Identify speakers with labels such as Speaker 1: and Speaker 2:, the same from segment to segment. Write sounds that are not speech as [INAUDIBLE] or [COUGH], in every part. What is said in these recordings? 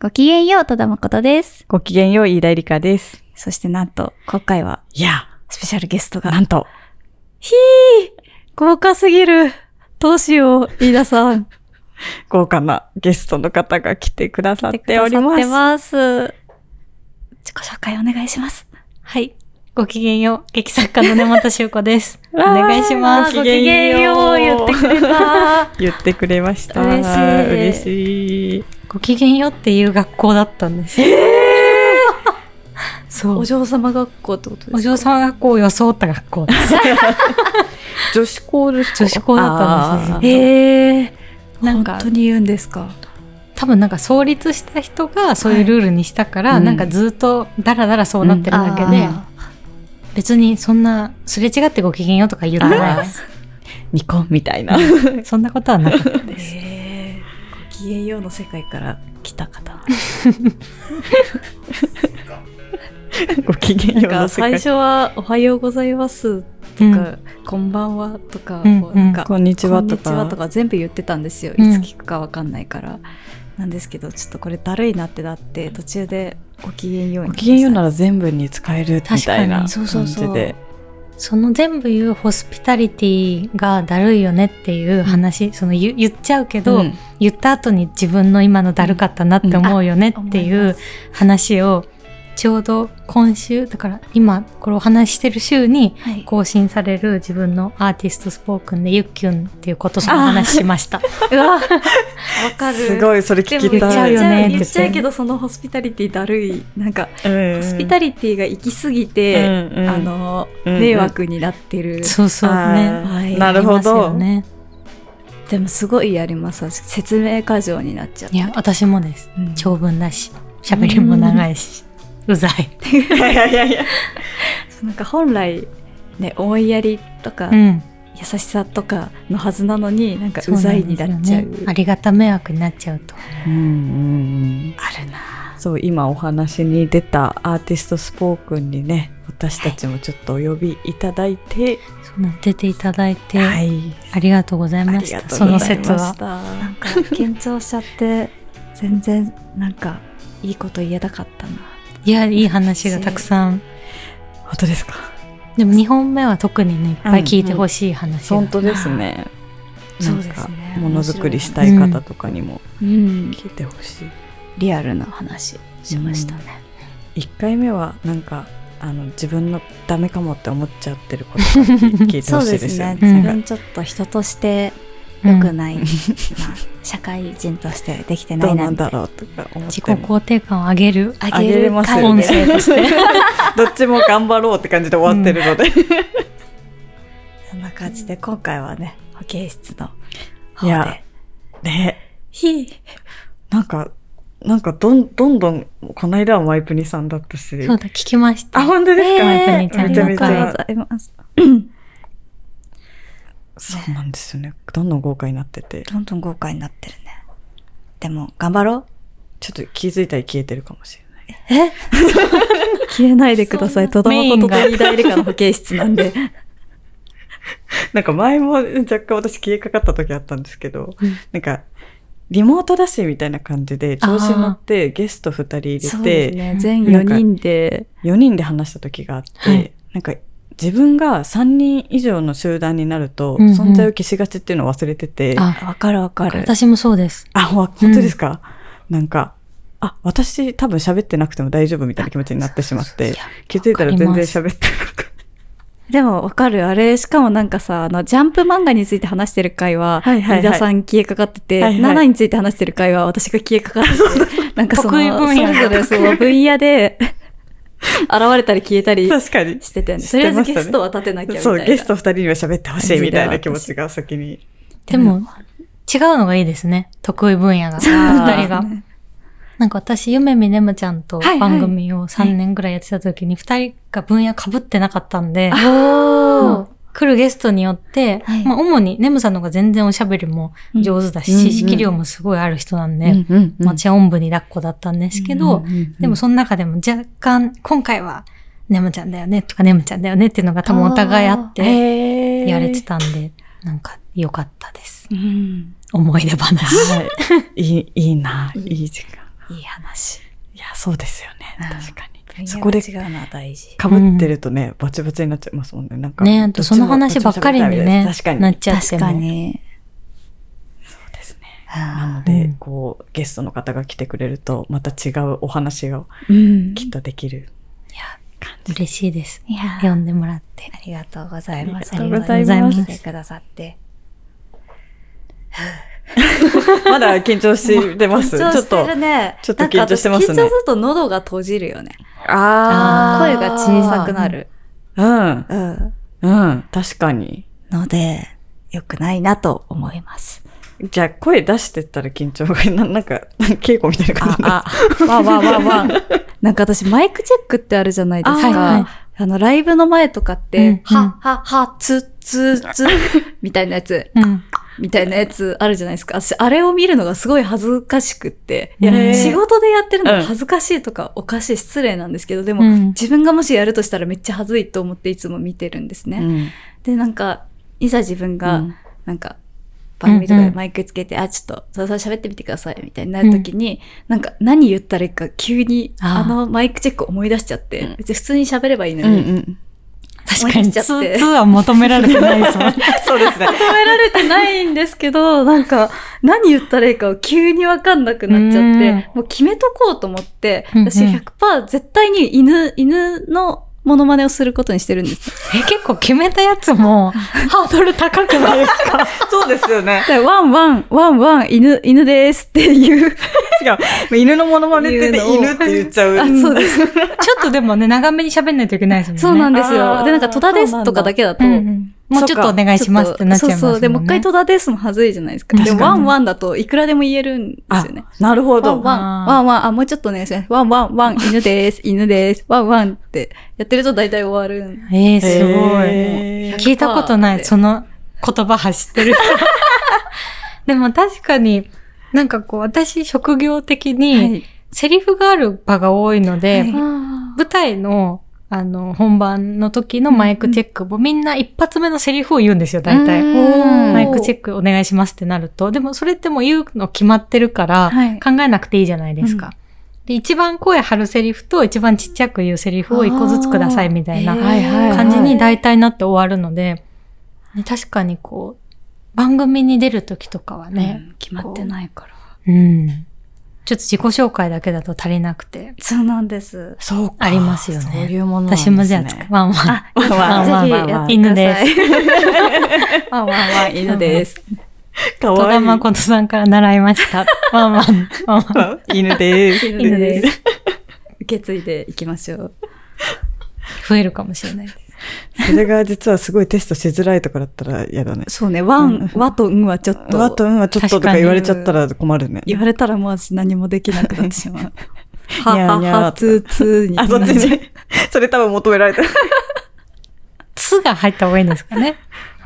Speaker 1: ごきげんよう、とだまことです。
Speaker 2: ごきげんよう、飯田理香です。
Speaker 1: そしてなんと、今回はい
Speaker 2: や、
Speaker 1: スペシャルゲストが
Speaker 2: な。んと。
Speaker 1: ひー豪華すぎるどうしよう、飯田さん。
Speaker 2: 豪華なゲストの方が来てくださっておりま
Speaker 1: 来
Speaker 2: す。
Speaker 1: てます。自己紹介お願いします。
Speaker 3: はい。ごきげんよう。劇作家の根本修
Speaker 1: [LAUGHS]
Speaker 3: 子です。お
Speaker 2: わー
Speaker 3: 願いし
Speaker 2: あ
Speaker 3: ます。
Speaker 2: ごきげんよう
Speaker 1: 言ってくれた。
Speaker 2: 言ってくれました。
Speaker 1: 嬉しい
Speaker 2: 嬉しい。
Speaker 3: ごきげんようっていう学校だったんです。えそう
Speaker 1: お。嬢様学校ってこと
Speaker 3: お
Speaker 1: ですか
Speaker 3: 嬢様学校を装った学校です。
Speaker 2: [LAUGHS] 女子校です
Speaker 3: 女子校だったんですよ
Speaker 2: あー
Speaker 1: ええ
Speaker 3: なんか
Speaker 1: 本当に言うんですか
Speaker 3: 多分なんか創立した人がそういうルールにしたから、
Speaker 2: はい
Speaker 3: なんかずっとダラダラそうなってるだけで、
Speaker 1: あ
Speaker 3: 別にそんなすれ違ってごきげんようとか言ってないです。
Speaker 2: ニコンみたいな。
Speaker 3: そんなことはなか [LAUGHS] った。
Speaker 1: ーええごきげんようの世界から来た方
Speaker 2: [LAUGHS]
Speaker 1: なんですね
Speaker 2: [LAUGHS] ごきげん
Speaker 1: なん
Speaker 2: ようの
Speaker 1: か
Speaker 2: 世
Speaker 1: 最
Speaker 2: 界。
Speaker 1: 初は「おはようございます」
Speaker 3: う
Speaker 1: と
Speaker 3: ん
Speaker 1: か、こんばんは」とか、
Speaker 3: うん
Speaker 1: こうなんか
Speaker 2: [LAUGHS] こんにちは
Speaker 1: こん
Speaker 2: と
Speaker 1: にちは
Speaker 2: か
Speaker 1: と。か全部言ってたんですよいつ
Speaker 3: うん
Speaker 1: 聞くかわかんないから、なんですけどちょっとこれだるいなってなって途中で「ごきげんよう」
Speaker 2: ごきげんような
Speaker 1: ら
Speaker 2: ら全部に使えるみたいな感じで。
Speaker 3: 確かにそうそうそうその全部言うホスピタリティがだるいよねっていう話、その言言っちゃうけど、
Speaker 2: うん
Speaker 3: 言った後に自分の今のだるかったなって思うよねっていう話をちょうど今週だから今これお話ししてる週に
Speaker 1: はい、
Speaker 3: 更新される自分のアーティストスポークンでゆっきゅんっていうことその話し
Speaker 2: [LAUGHS]
Speaker 3: ました。
Speaker 1: うわわかる
Speaker 2: すごい、それ聞
Speaker 1: でも
Speaker 2: き
Speaker 1: 言っちゃ
Speaker 2: た
Speaker 1: う
Speaker 2: い。
Speaker 1: よね
Speaker 3: うん
Speaker 1: 言っちゃうけどそのホスピタリティだるいなんか、ホスピタ
Speaker 2: リ
Speaker 1: リティが行き過ぎて、あの、
Speaker 2: うん
Speaker 1: 迷惑になってる、
Speaker 3: そうそうね。
Speaker 2: あー
Speaker 1: はい
Speaker 2: なるほ
Speaker 3: ありますよ
Speaker 2: ど。
Speaker 3: ね、
Speaker 1: でもすごいやります私説明過剰になっちゃって
Speaker 3: いや私もです。
Speaker 1: うん
Speaker 3: 長文だし喋りも長いし、うざい。
Speaker 2: [LAUGHS] いやいやいや。
Speaker 1: なんか本来ね思いやりとか、
Speaker 3: うん。
Speaker 1: 優しさとかのはずなのになんかうざいになっちゃう
Speaker 3: そなんですよねありがた迷惑になっちゃうと。
Speaker 2: うんうんうん。
Speaker 1: あるな
Speaker 2: そう今お話に出たアーティストスポークンにね私たちもちょっとお呼びいただいて、
Speaker 3: そうなん出ていただいて、
Speaker 2: い、
Speaker 3: ありがとうございまし
Speaker 2: ありが
Speaker 3: た。
Speaker 2: と
Speaker 3: そう
Speaker 2: ご
Speaker 3: の
Speaker 2: ざいま
Speaker 3: 説
Speaker 2: した
Speaker 3: は。
Speaker 1: なんか緊張しちゃって全然なんかいいこと言えなかったない
Speaker 3: や、いい話がたくさん。
Speaker 2: 本当ですか
Speaker 3: でも2本目は特にね、いっぱい聞いてほしい話が、
Speaker 2: 本当ですね
Speaker 1: そう
Speaker 2: なん
Speaker 1: です
Speaker 2: か
Speaker 1: ね
Speaker 2: ものづくりしたい方とかにも
Speaker 1: うん
Speaker 2: 聞いてほしい、
Speaker 1: リアルな話しましたね、
Speaker 2: 1回目はなんかあの自分のダメかもって思っちゃってることから聞いて
Speaker 1: そ
Speaker 2: ほ
Speaker 1: う
Speaker 2: し
Speaker 1: で
Speaker 2: いですすよ
Speaker 1: ね
Speaker 2: ね
Speaker 1: 自
Speaker 2: なん
Speaker 1: 分
Speaker 2: か
Speaker 1: ちょっと人として
Speaker 3: うん
Speaker 1: 良くない、まあ社会人としてできてな
Speaker 2: どう
Speaker 1: い
Speaker 2: な
Speaker 1: なんみたい
Speaker 2: だろうとか思っ
Speaker 3: 自己
Speaker 2: ても
Speaker 3: 肯定感を上げる
Speaker 1: な
Speaker 2: 上げれますよ
Speaker 1: 上
Speaker 3: 音
Speaker 1: げる回
Speaker 3: 声
Speaker 1: で
Speaker 3: として。
Speaker 2: [LAUGHS] どっちも頑張ろうって感じで終わってるので、
Speaker 1: そんな感じで今回はね保健室の方で
Speaker 2: いやね
Speaker 1: ひー
Speaker 2: なんか、なんかどん、どんどん、この間はマイプニさんだったし。
Speaker 3: そうだ、聞きました。
Speaker 2: あ、本当ですか、
Speaker 3: えー
Speaker 2: めちゃ
Speaker 1: あ
Speaker 2: め
Speaker 1: り
Speaker 2: ち
Speaker 1: が
Speaker 2: ゃ
Speaker 1: と
Speaker 2: め
Speaker 1: う
Speaker 2: ち
Speaker 1: ご
Speaker 2: ゃ。
Speaker 1: ざいます。
Speaker 2: そうなんですよね。どんどん豪華になってて。
Speaker 1: どんどん豪華になってるね。でも、頑張ろ
Speaker 2: ちょっと気づいたら消えてるかもしれない。
Speaker 1: う。消えないでください。
Speaker 3: そ
Speaker 1: と
Speaker 3: んな
Speaker 1: だまことと
Speaker 3: メインが
Speaker 1: 飯田エリカの保健室なんで。
Speaker 2: [LAUGHS] なんか前も若干私消えかかった時あったんですけど、
Speaker 3: うん
Speaker 2: なんか、リモートだしみたいな感じで、調子に乗ってゲスト2人入
Speaker 1: そう
Speaker 2: れ
Speaker 1: です
Speaker 2: て、
Speaker 1: ね。全4人で。
Speaker 2: 4人で話した時があって、
Speaker 3: はい
Speaker 2: なんか自分が3人以上の集団になると、
Speaker 3: うんうん
Speaker 2: 存在を消しがちっていうのを忘れてて、
Speaker 3: あ
Speaker 1: わかるわかる。
Speaker 3: 私もそうです。
Speaker 2: あ、ほ本当ですか、なんか、あ、私多分喋ってなくても大丈夫みたいな気持ちになってしまって、気づいたら全然喋って
Speaker 1: でも、わかる。あれ、しかもなんかさ、あの、ジャンプ漫画について話してる回は、
Speaker 2: はいはいはい
Speaker 1: 飯田さん消えかかってて、
Speaker 2: はいはい
Speaker 1: ナナについて話してる回は、私が消えか
Speaker 2: [LAUGHS]
Speaker 1: かってて、なんかその、
Speaker 3: 得意分野が
Speaker 1: それぞれその分野で、現れたり消えたり
Speaker 2: なかった。確かに。
Speaker 1: してて、
Speaker 2: し
Speaker 1: とりあ
Speaker 2: て
Speaker 1: えず
Speaker 2: ました
Speaker 1: ゲ
Speaker 2: ね
Speaker 1: ストは立てなきゃみたいな。
Speaker 2: そう、ゲスト二人には喋ってほしいみたいな気持ちが先に。
Speaker 3: でも、違うのがいいですね。得意分野が。二人が。なんか私、ゆめみねむちゃんと
Speaker 1: はいはい
Speaker 3: 番組を3年ぐらいやってた時に、2人が分野被ってなかったんで、もう来るゲストによって、
Speaker 1: はい
Speaker 3: まあ主にねむさんの方が全然おしゃべりも上手だし、
Speaker 2: うんうんうん
Speaker 3: 知識量もすごいある人なん
Speaker 2: う
Speaker 3: で、
Speaker 2: ん
Speaker 3: まあ私はおんぶに抱っこだったんですけど、でもその中でも若干、今回は、ねむちゃんだよねとかねむちゃんだよねっていうのが多分お互いあって、
Speaker 2: で
Speaker 3: やれてたんで、なんか良かったです。
Speaker 1: うん
Speaker 3: 思い出話。
Speaker 1: [LAUGHS]
Speaker 2: はい。いい、いいな、いい時間。
Speaker 1: いい話
Speaker 2: いや、そうですよね。
Speaker 1: うん
Speaker 2: 確か
Speaker 1: 分
Speaker 2: に。そ
Speaker 1: 野
Speaker 2: こ
Speaker 1: が
Speaker 2: で
Speaker 1: 違うのは大事
Speaker 2: かぶってるとね、バチバチになっちゃいますもんね。なんか。
Speaker 3: ね
Speaker 2: ど
Speaker 3: あ
Speaker 2: っち
Speaker 3: と
Speaker 2: も
Speaker 3: その話ばっかりにね
Speaker 2: どっちも喋りたいみた
Speaker 3: ないっ
Speaker 2: です
Speaker 3: ちゃって
Speaker 1: 確
Speaker 3: も
Speaker 1: かに
Speaker 2: 確かに。そうですね。
Speaker 1: あ
Speaker 2: なので、
Speaker 3: うん
Speaker 2: こう、ゲストの方が来てくれると、また違うお話が
Speaker 1: うん
Speaker 2: きっとできる。
Speaker 3: 嬉しいです
Speaker 1: いや
Speaker 3: 読んでもらって
Speaker 1: ありがとうございます。
Speaker 3: ありがとうございます
Speaker 1: ありがとうござ来てくださって。
Speaker 2: まだ緊張してま
Speaker 1: [LAUGHS]
Speaker 2: す。
Speaker 1: 緊
Speaker 2: ちょ
Speaker 1: 張し
Speaker 2: っ
Speaker 1: て
Speaker 2: と
Speaker 1: る。ね。
Speaker 2: ちょっと緊張してますね
Speaker 1: なんか私緊張すると喉が閉じるよね。
Speaker 2: あ
Speaker 1: 声が小さくなる。
Speaker 2: うん。
Speaker 1: うん。
Speaker 2: うん。確かに。
Speaker 1: ので、良くないなと思います。
Speaker 2: じゃあ、声出してったら緊張が、ななんか、稽古みたいな感じになる。
Speaker 1: あ、わんわんわんわん。なんか私、マイクチェックってあるじゃないです
Speaker 3: あ
Speaker 1: か。
Speaker 3: はいはい
Speaker 1: あの、ライブの前とかって、
Speaker 3: うんうん
Speaker 1: は、は、は、つ、つ、つ、みたいなやつ、
Speaker 3: うん
Speaker 1: みたいなやつあるじゃないですか。私、あれを見るのがすごい恥ずかしくって。いや
Speaker 3: へー
Speaker 1: 仕事でやってるの
Speaker 2: う
Speaker 1: が
Speaker 2: ん
Speaker 1: 恥ずかしいとか、おかしい、失礼なんですけど、でも、
Speaker 3: うん
Speaker 1: 自分がもしやるとしたらめっちゃ恥ずいと思っていつも見てるんですね。
Speaker 2: うん
Speaker 1: で、なんか、いざ自分が、
Speaker 2: うん
Speaker 1: なんか、番組とか
Speaker 3: うん
Speaker 1: で
Speaker 3: うん
Speaker 1: マイクつけて、あ、ちょっと、そうそう喋ってみてください、みたいになるときに、なんか、何言ったらいいか、急に、
Speaker 3: あー
Speaker 1: あの、マイクチェック思い出しちゃって、
Speaker 2: うん
Speaker 1: 別に普通に喋ればいいの
Speaker 2: うん
Speaker 1: に、
Speaker 2: うん。
Speaker 3: 確かに
Speaker 1: 思い出しちゃって
Speaker 3: 2は求められてない
Speaker 1: [LAUGHS]
Speaker 3: ですもん
Speaker 2: そうですね。
Speaker 1: 考えられてないんですけど、なんか、何言ったらいいかを急にわかんなくなっちゃって、もう決めとこうと思って、
Speaker 3: うんうん
Speaker 1: 私100%絶対に犬、犬のモノマネをすることにしてるん
Speaker 3: [LAUGHS]
Speaker 1: です。
Speaker 3: え結構決めたやつもハードル高く
Speaker 1: [LAUGHS]
Speaker 3: ないですか
Speaker 2: そうですよね。
Speaker 1: でワンワン、ワンワン、犬、犬ですっていう。
Speaker 2: しかも、犬のモノマネってね、
Speaker 1: 言うのを
Speaker 2: 犬って言っちゃう。
Speaker 1: あ、そうです。
Speaker 3: ちょっとでもね長めに喋んないといけないですもんね
Speaker 1: そうなんです
Speaker 2: あ
Speaker 1: よ。
Speaker 2: ー
Speaker 1: で、なんか、戸田ですとかだけだと、
Speaker 3: うんうんもうちょっとお願いしますってなっちゃいます
Speaker 1: そう
Speaker 3: も
Speaker 1: そう。
Speaker 3: んね
Speaker 1: で、もう一回戸田ですもはずいじゃないですか。で、
Speaker 2: 確かに
Speaker 1: ワンワンだといくらでも言えるんですよね。
Speaker 2: なるほ
Speaker 1: ワ
Speaker 2: ど
Speaker 1: ン。ワン、ワンワン、あ、もうちょっとお願いします。ワンワン、ワン、犬
Speaker 3: [LAUGHS]
Speaker 1: です、犬です、ワンワンってやってると大体終わるん。
Speaker 3: えー、すごい、
Speaker 2: えー
Speaker 3: 聞いたことない、その言葉
Speaker 1: [LAUGHS]
Speaker 3: 走ってる。でも確かに、なんかこう、私職業的に、セリフがある場が多いので、
Speaker 1: はい
Speaker 3: 舞台の、あの、本番の時のマイクチェックもみんな一発目のセリフを言うんですよ、大体。
Speaker 1: うん
Speaker 3: マイクチェックお願いしますってなると、でもそれってもう言うの決まってるから、
Speaker 1: はい
Speaker 3: 考えなくていいじゃないですか。で、一番声張るセリフと一番ちっちゃく言うセリフを一個ずつくださいみたいな
Speaker 1: あー
Speaker 2: はいはいはい
Speaker 3: 感じに大体なって終わるので、ね確かにこう、番組に出る時とかはね、
Speaker 1: うん決まってないから。
Speaker 3: うん。ちょっと自己紹介だけだと足りなくて、
Speaker 1: そうなんです。
Speaker 2: そうか。
Speaker 3: ありますよね
Speaker 2: そういうものなんです
Speaker 3: 私
Speaker 2: ね。
Speaker 3: もじゃあつく、ワンワン。
Speaker 1: ぜひ
Speaker 2: ワ
Speaker 3: ンワン
Speaker 1: や
Speaker 3: ワ
Speaker 1: ってくだ
Speaker 3: ンワ
Speaker 1: さ
Speaker 3: ン
Speaker 1: い
Speaker 3: 犬です
Speaker 1: ワンワンワン、犬です。
Speaker 2: か
Speaker 3: 戸
Speaker 2: わい
Speaker 3: 田
Speaker 2: い。
Speaker 3: 誠さんから習いま [LAUGHS] した。ワンワン。ワンワン。
Speaker 2: [LAUGHS] 犬です。
Speaker 1: 犬
Speaker 3: です
Speaker 1: です。受け継いでいきましょう。
Speaker 3: 増えるかもしれないです。
Speaker 2: それが実はすごいテストしづらいとかだったら嫌だね。
Speaker 1: そうね、ワン、和とんはちょっ
Speaker 2: わと
Speaker 1: と、
Speaker 2: うんはちょっととか言われちゃったら困るね。
Speaker 1: 言われたらもう私何もできなくなってしまう。は
Speaker 2: にゃー
Speaker 1: は
Speaker 2: にゃー
Speaker 1: は、つーつーにな
Speaker 2: あ、
Speaker 1: っち
Speaker 2: そ
Speaker 1: ゃ
Speaker 2: っち
Speaker 1: う。
Speaker 2: に。 [LAUGHS] それ多分求められた。
Speaker 1: [LAUGHS]
Speaker 3: つが入った方がいいんですかね。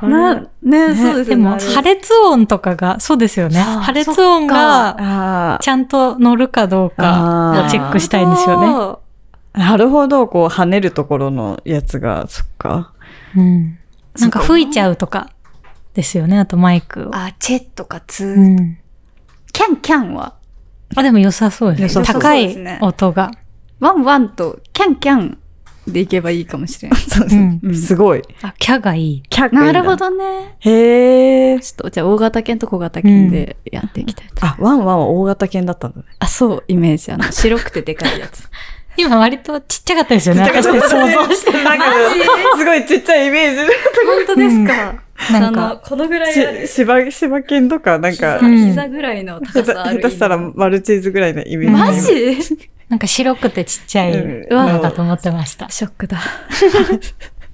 Speaker 1: な、ね、そうです
Speaker 3: で
Speaker 1: よね。あ
Speaker 3: も、
Speaker 1: れ
Speaker 3: 破裂音とかが、そうですよね。
Speaker 1: あー
Speaker 3: 破裂音
Speaker 1: そ
Speaker 3: が、
Speaker 2: あ
Speaker 3: ちゃんと乗るかどうか
Speaker 2: あ
Speaker 3: を
Speaker 2: ー
Speaker 3: チェックしたいんですよ
Speaker 1: よ
Speaker 2: あ。なるほど、こう跳ねるところのやつが、そっか。
Speaker 3: ね。うん。なんか吹いちゃうとか、ですよね。あとマイクを。
Speaker 1: あ、チェッとかツ
Speaker 3: う
Speaker 1: ー。
Speaker 3: ん。
Speaker 1: キャンキャンは、
Speaker 3: あ、でも良さそうです
Speaker 2: 良
Speaker 3: ね。
Speaker 2: さそう
Speaker 3: 高
Speaker 1: そうで
Speaker 3: い
Speaker 1: すね
Speaker 3: 音が。
Speaker 1: ワンワンとキャンキャンでいけばいいかもしれない。
Speaker 2: そう
Speaker 3: う
Speaker 2: ですね。
Speaker 3: ん。
Speaker 1: うん
Speaker 2: すごい。
Speaker 3: あ、キャがいい。
Speaker 2: キャッ
Speaker 1: なるほ。どね。
Speaker 2: へえ。
Speaker 1: ちょっと、じゃあ、大型犬と小型犬でやっていきたいと。
Speaker 2: あ、ワンワンは大型犬だったんだね。
Speaker 1: [LAUGHS] あ、そう、イメージ。あの、白くてでかいやつ。
Speaker 3: 今割とちっちゃかったですよね。私たち想像して。
Speaker 2: てなんかすごいちっちゃいイメー
Speaker 1: 本当
Speaker 3: です
Speaker 1: か、
Speaker 3: な
Speaker 1: あ
Speaker 3: ん
Speaker 1: の、
Speaker 3: か、
Speaker 1: このぐらいあ
Speaker 2: ジ。
Speaker 1: る
Speaker 2: し、。芝、柴犬とか、なんか
Speaker 1: 膝、
Speaker 3: うん
Speaker 1: 膝ぐらいの高
Speaker 2: 下手
Speaker 1: さあ
Speaker 2: 下
Speaker 1: る。
Speaker 2: 手したらマルチーズぐらいのイメージ。
Speaker 1: マジ
Speaker 3: なんか白くてちっちゃい
Speaker 2: うん
Speaker 3: のだと思ってました。
Speaker 1: ショッ [LAUGHS] クだ。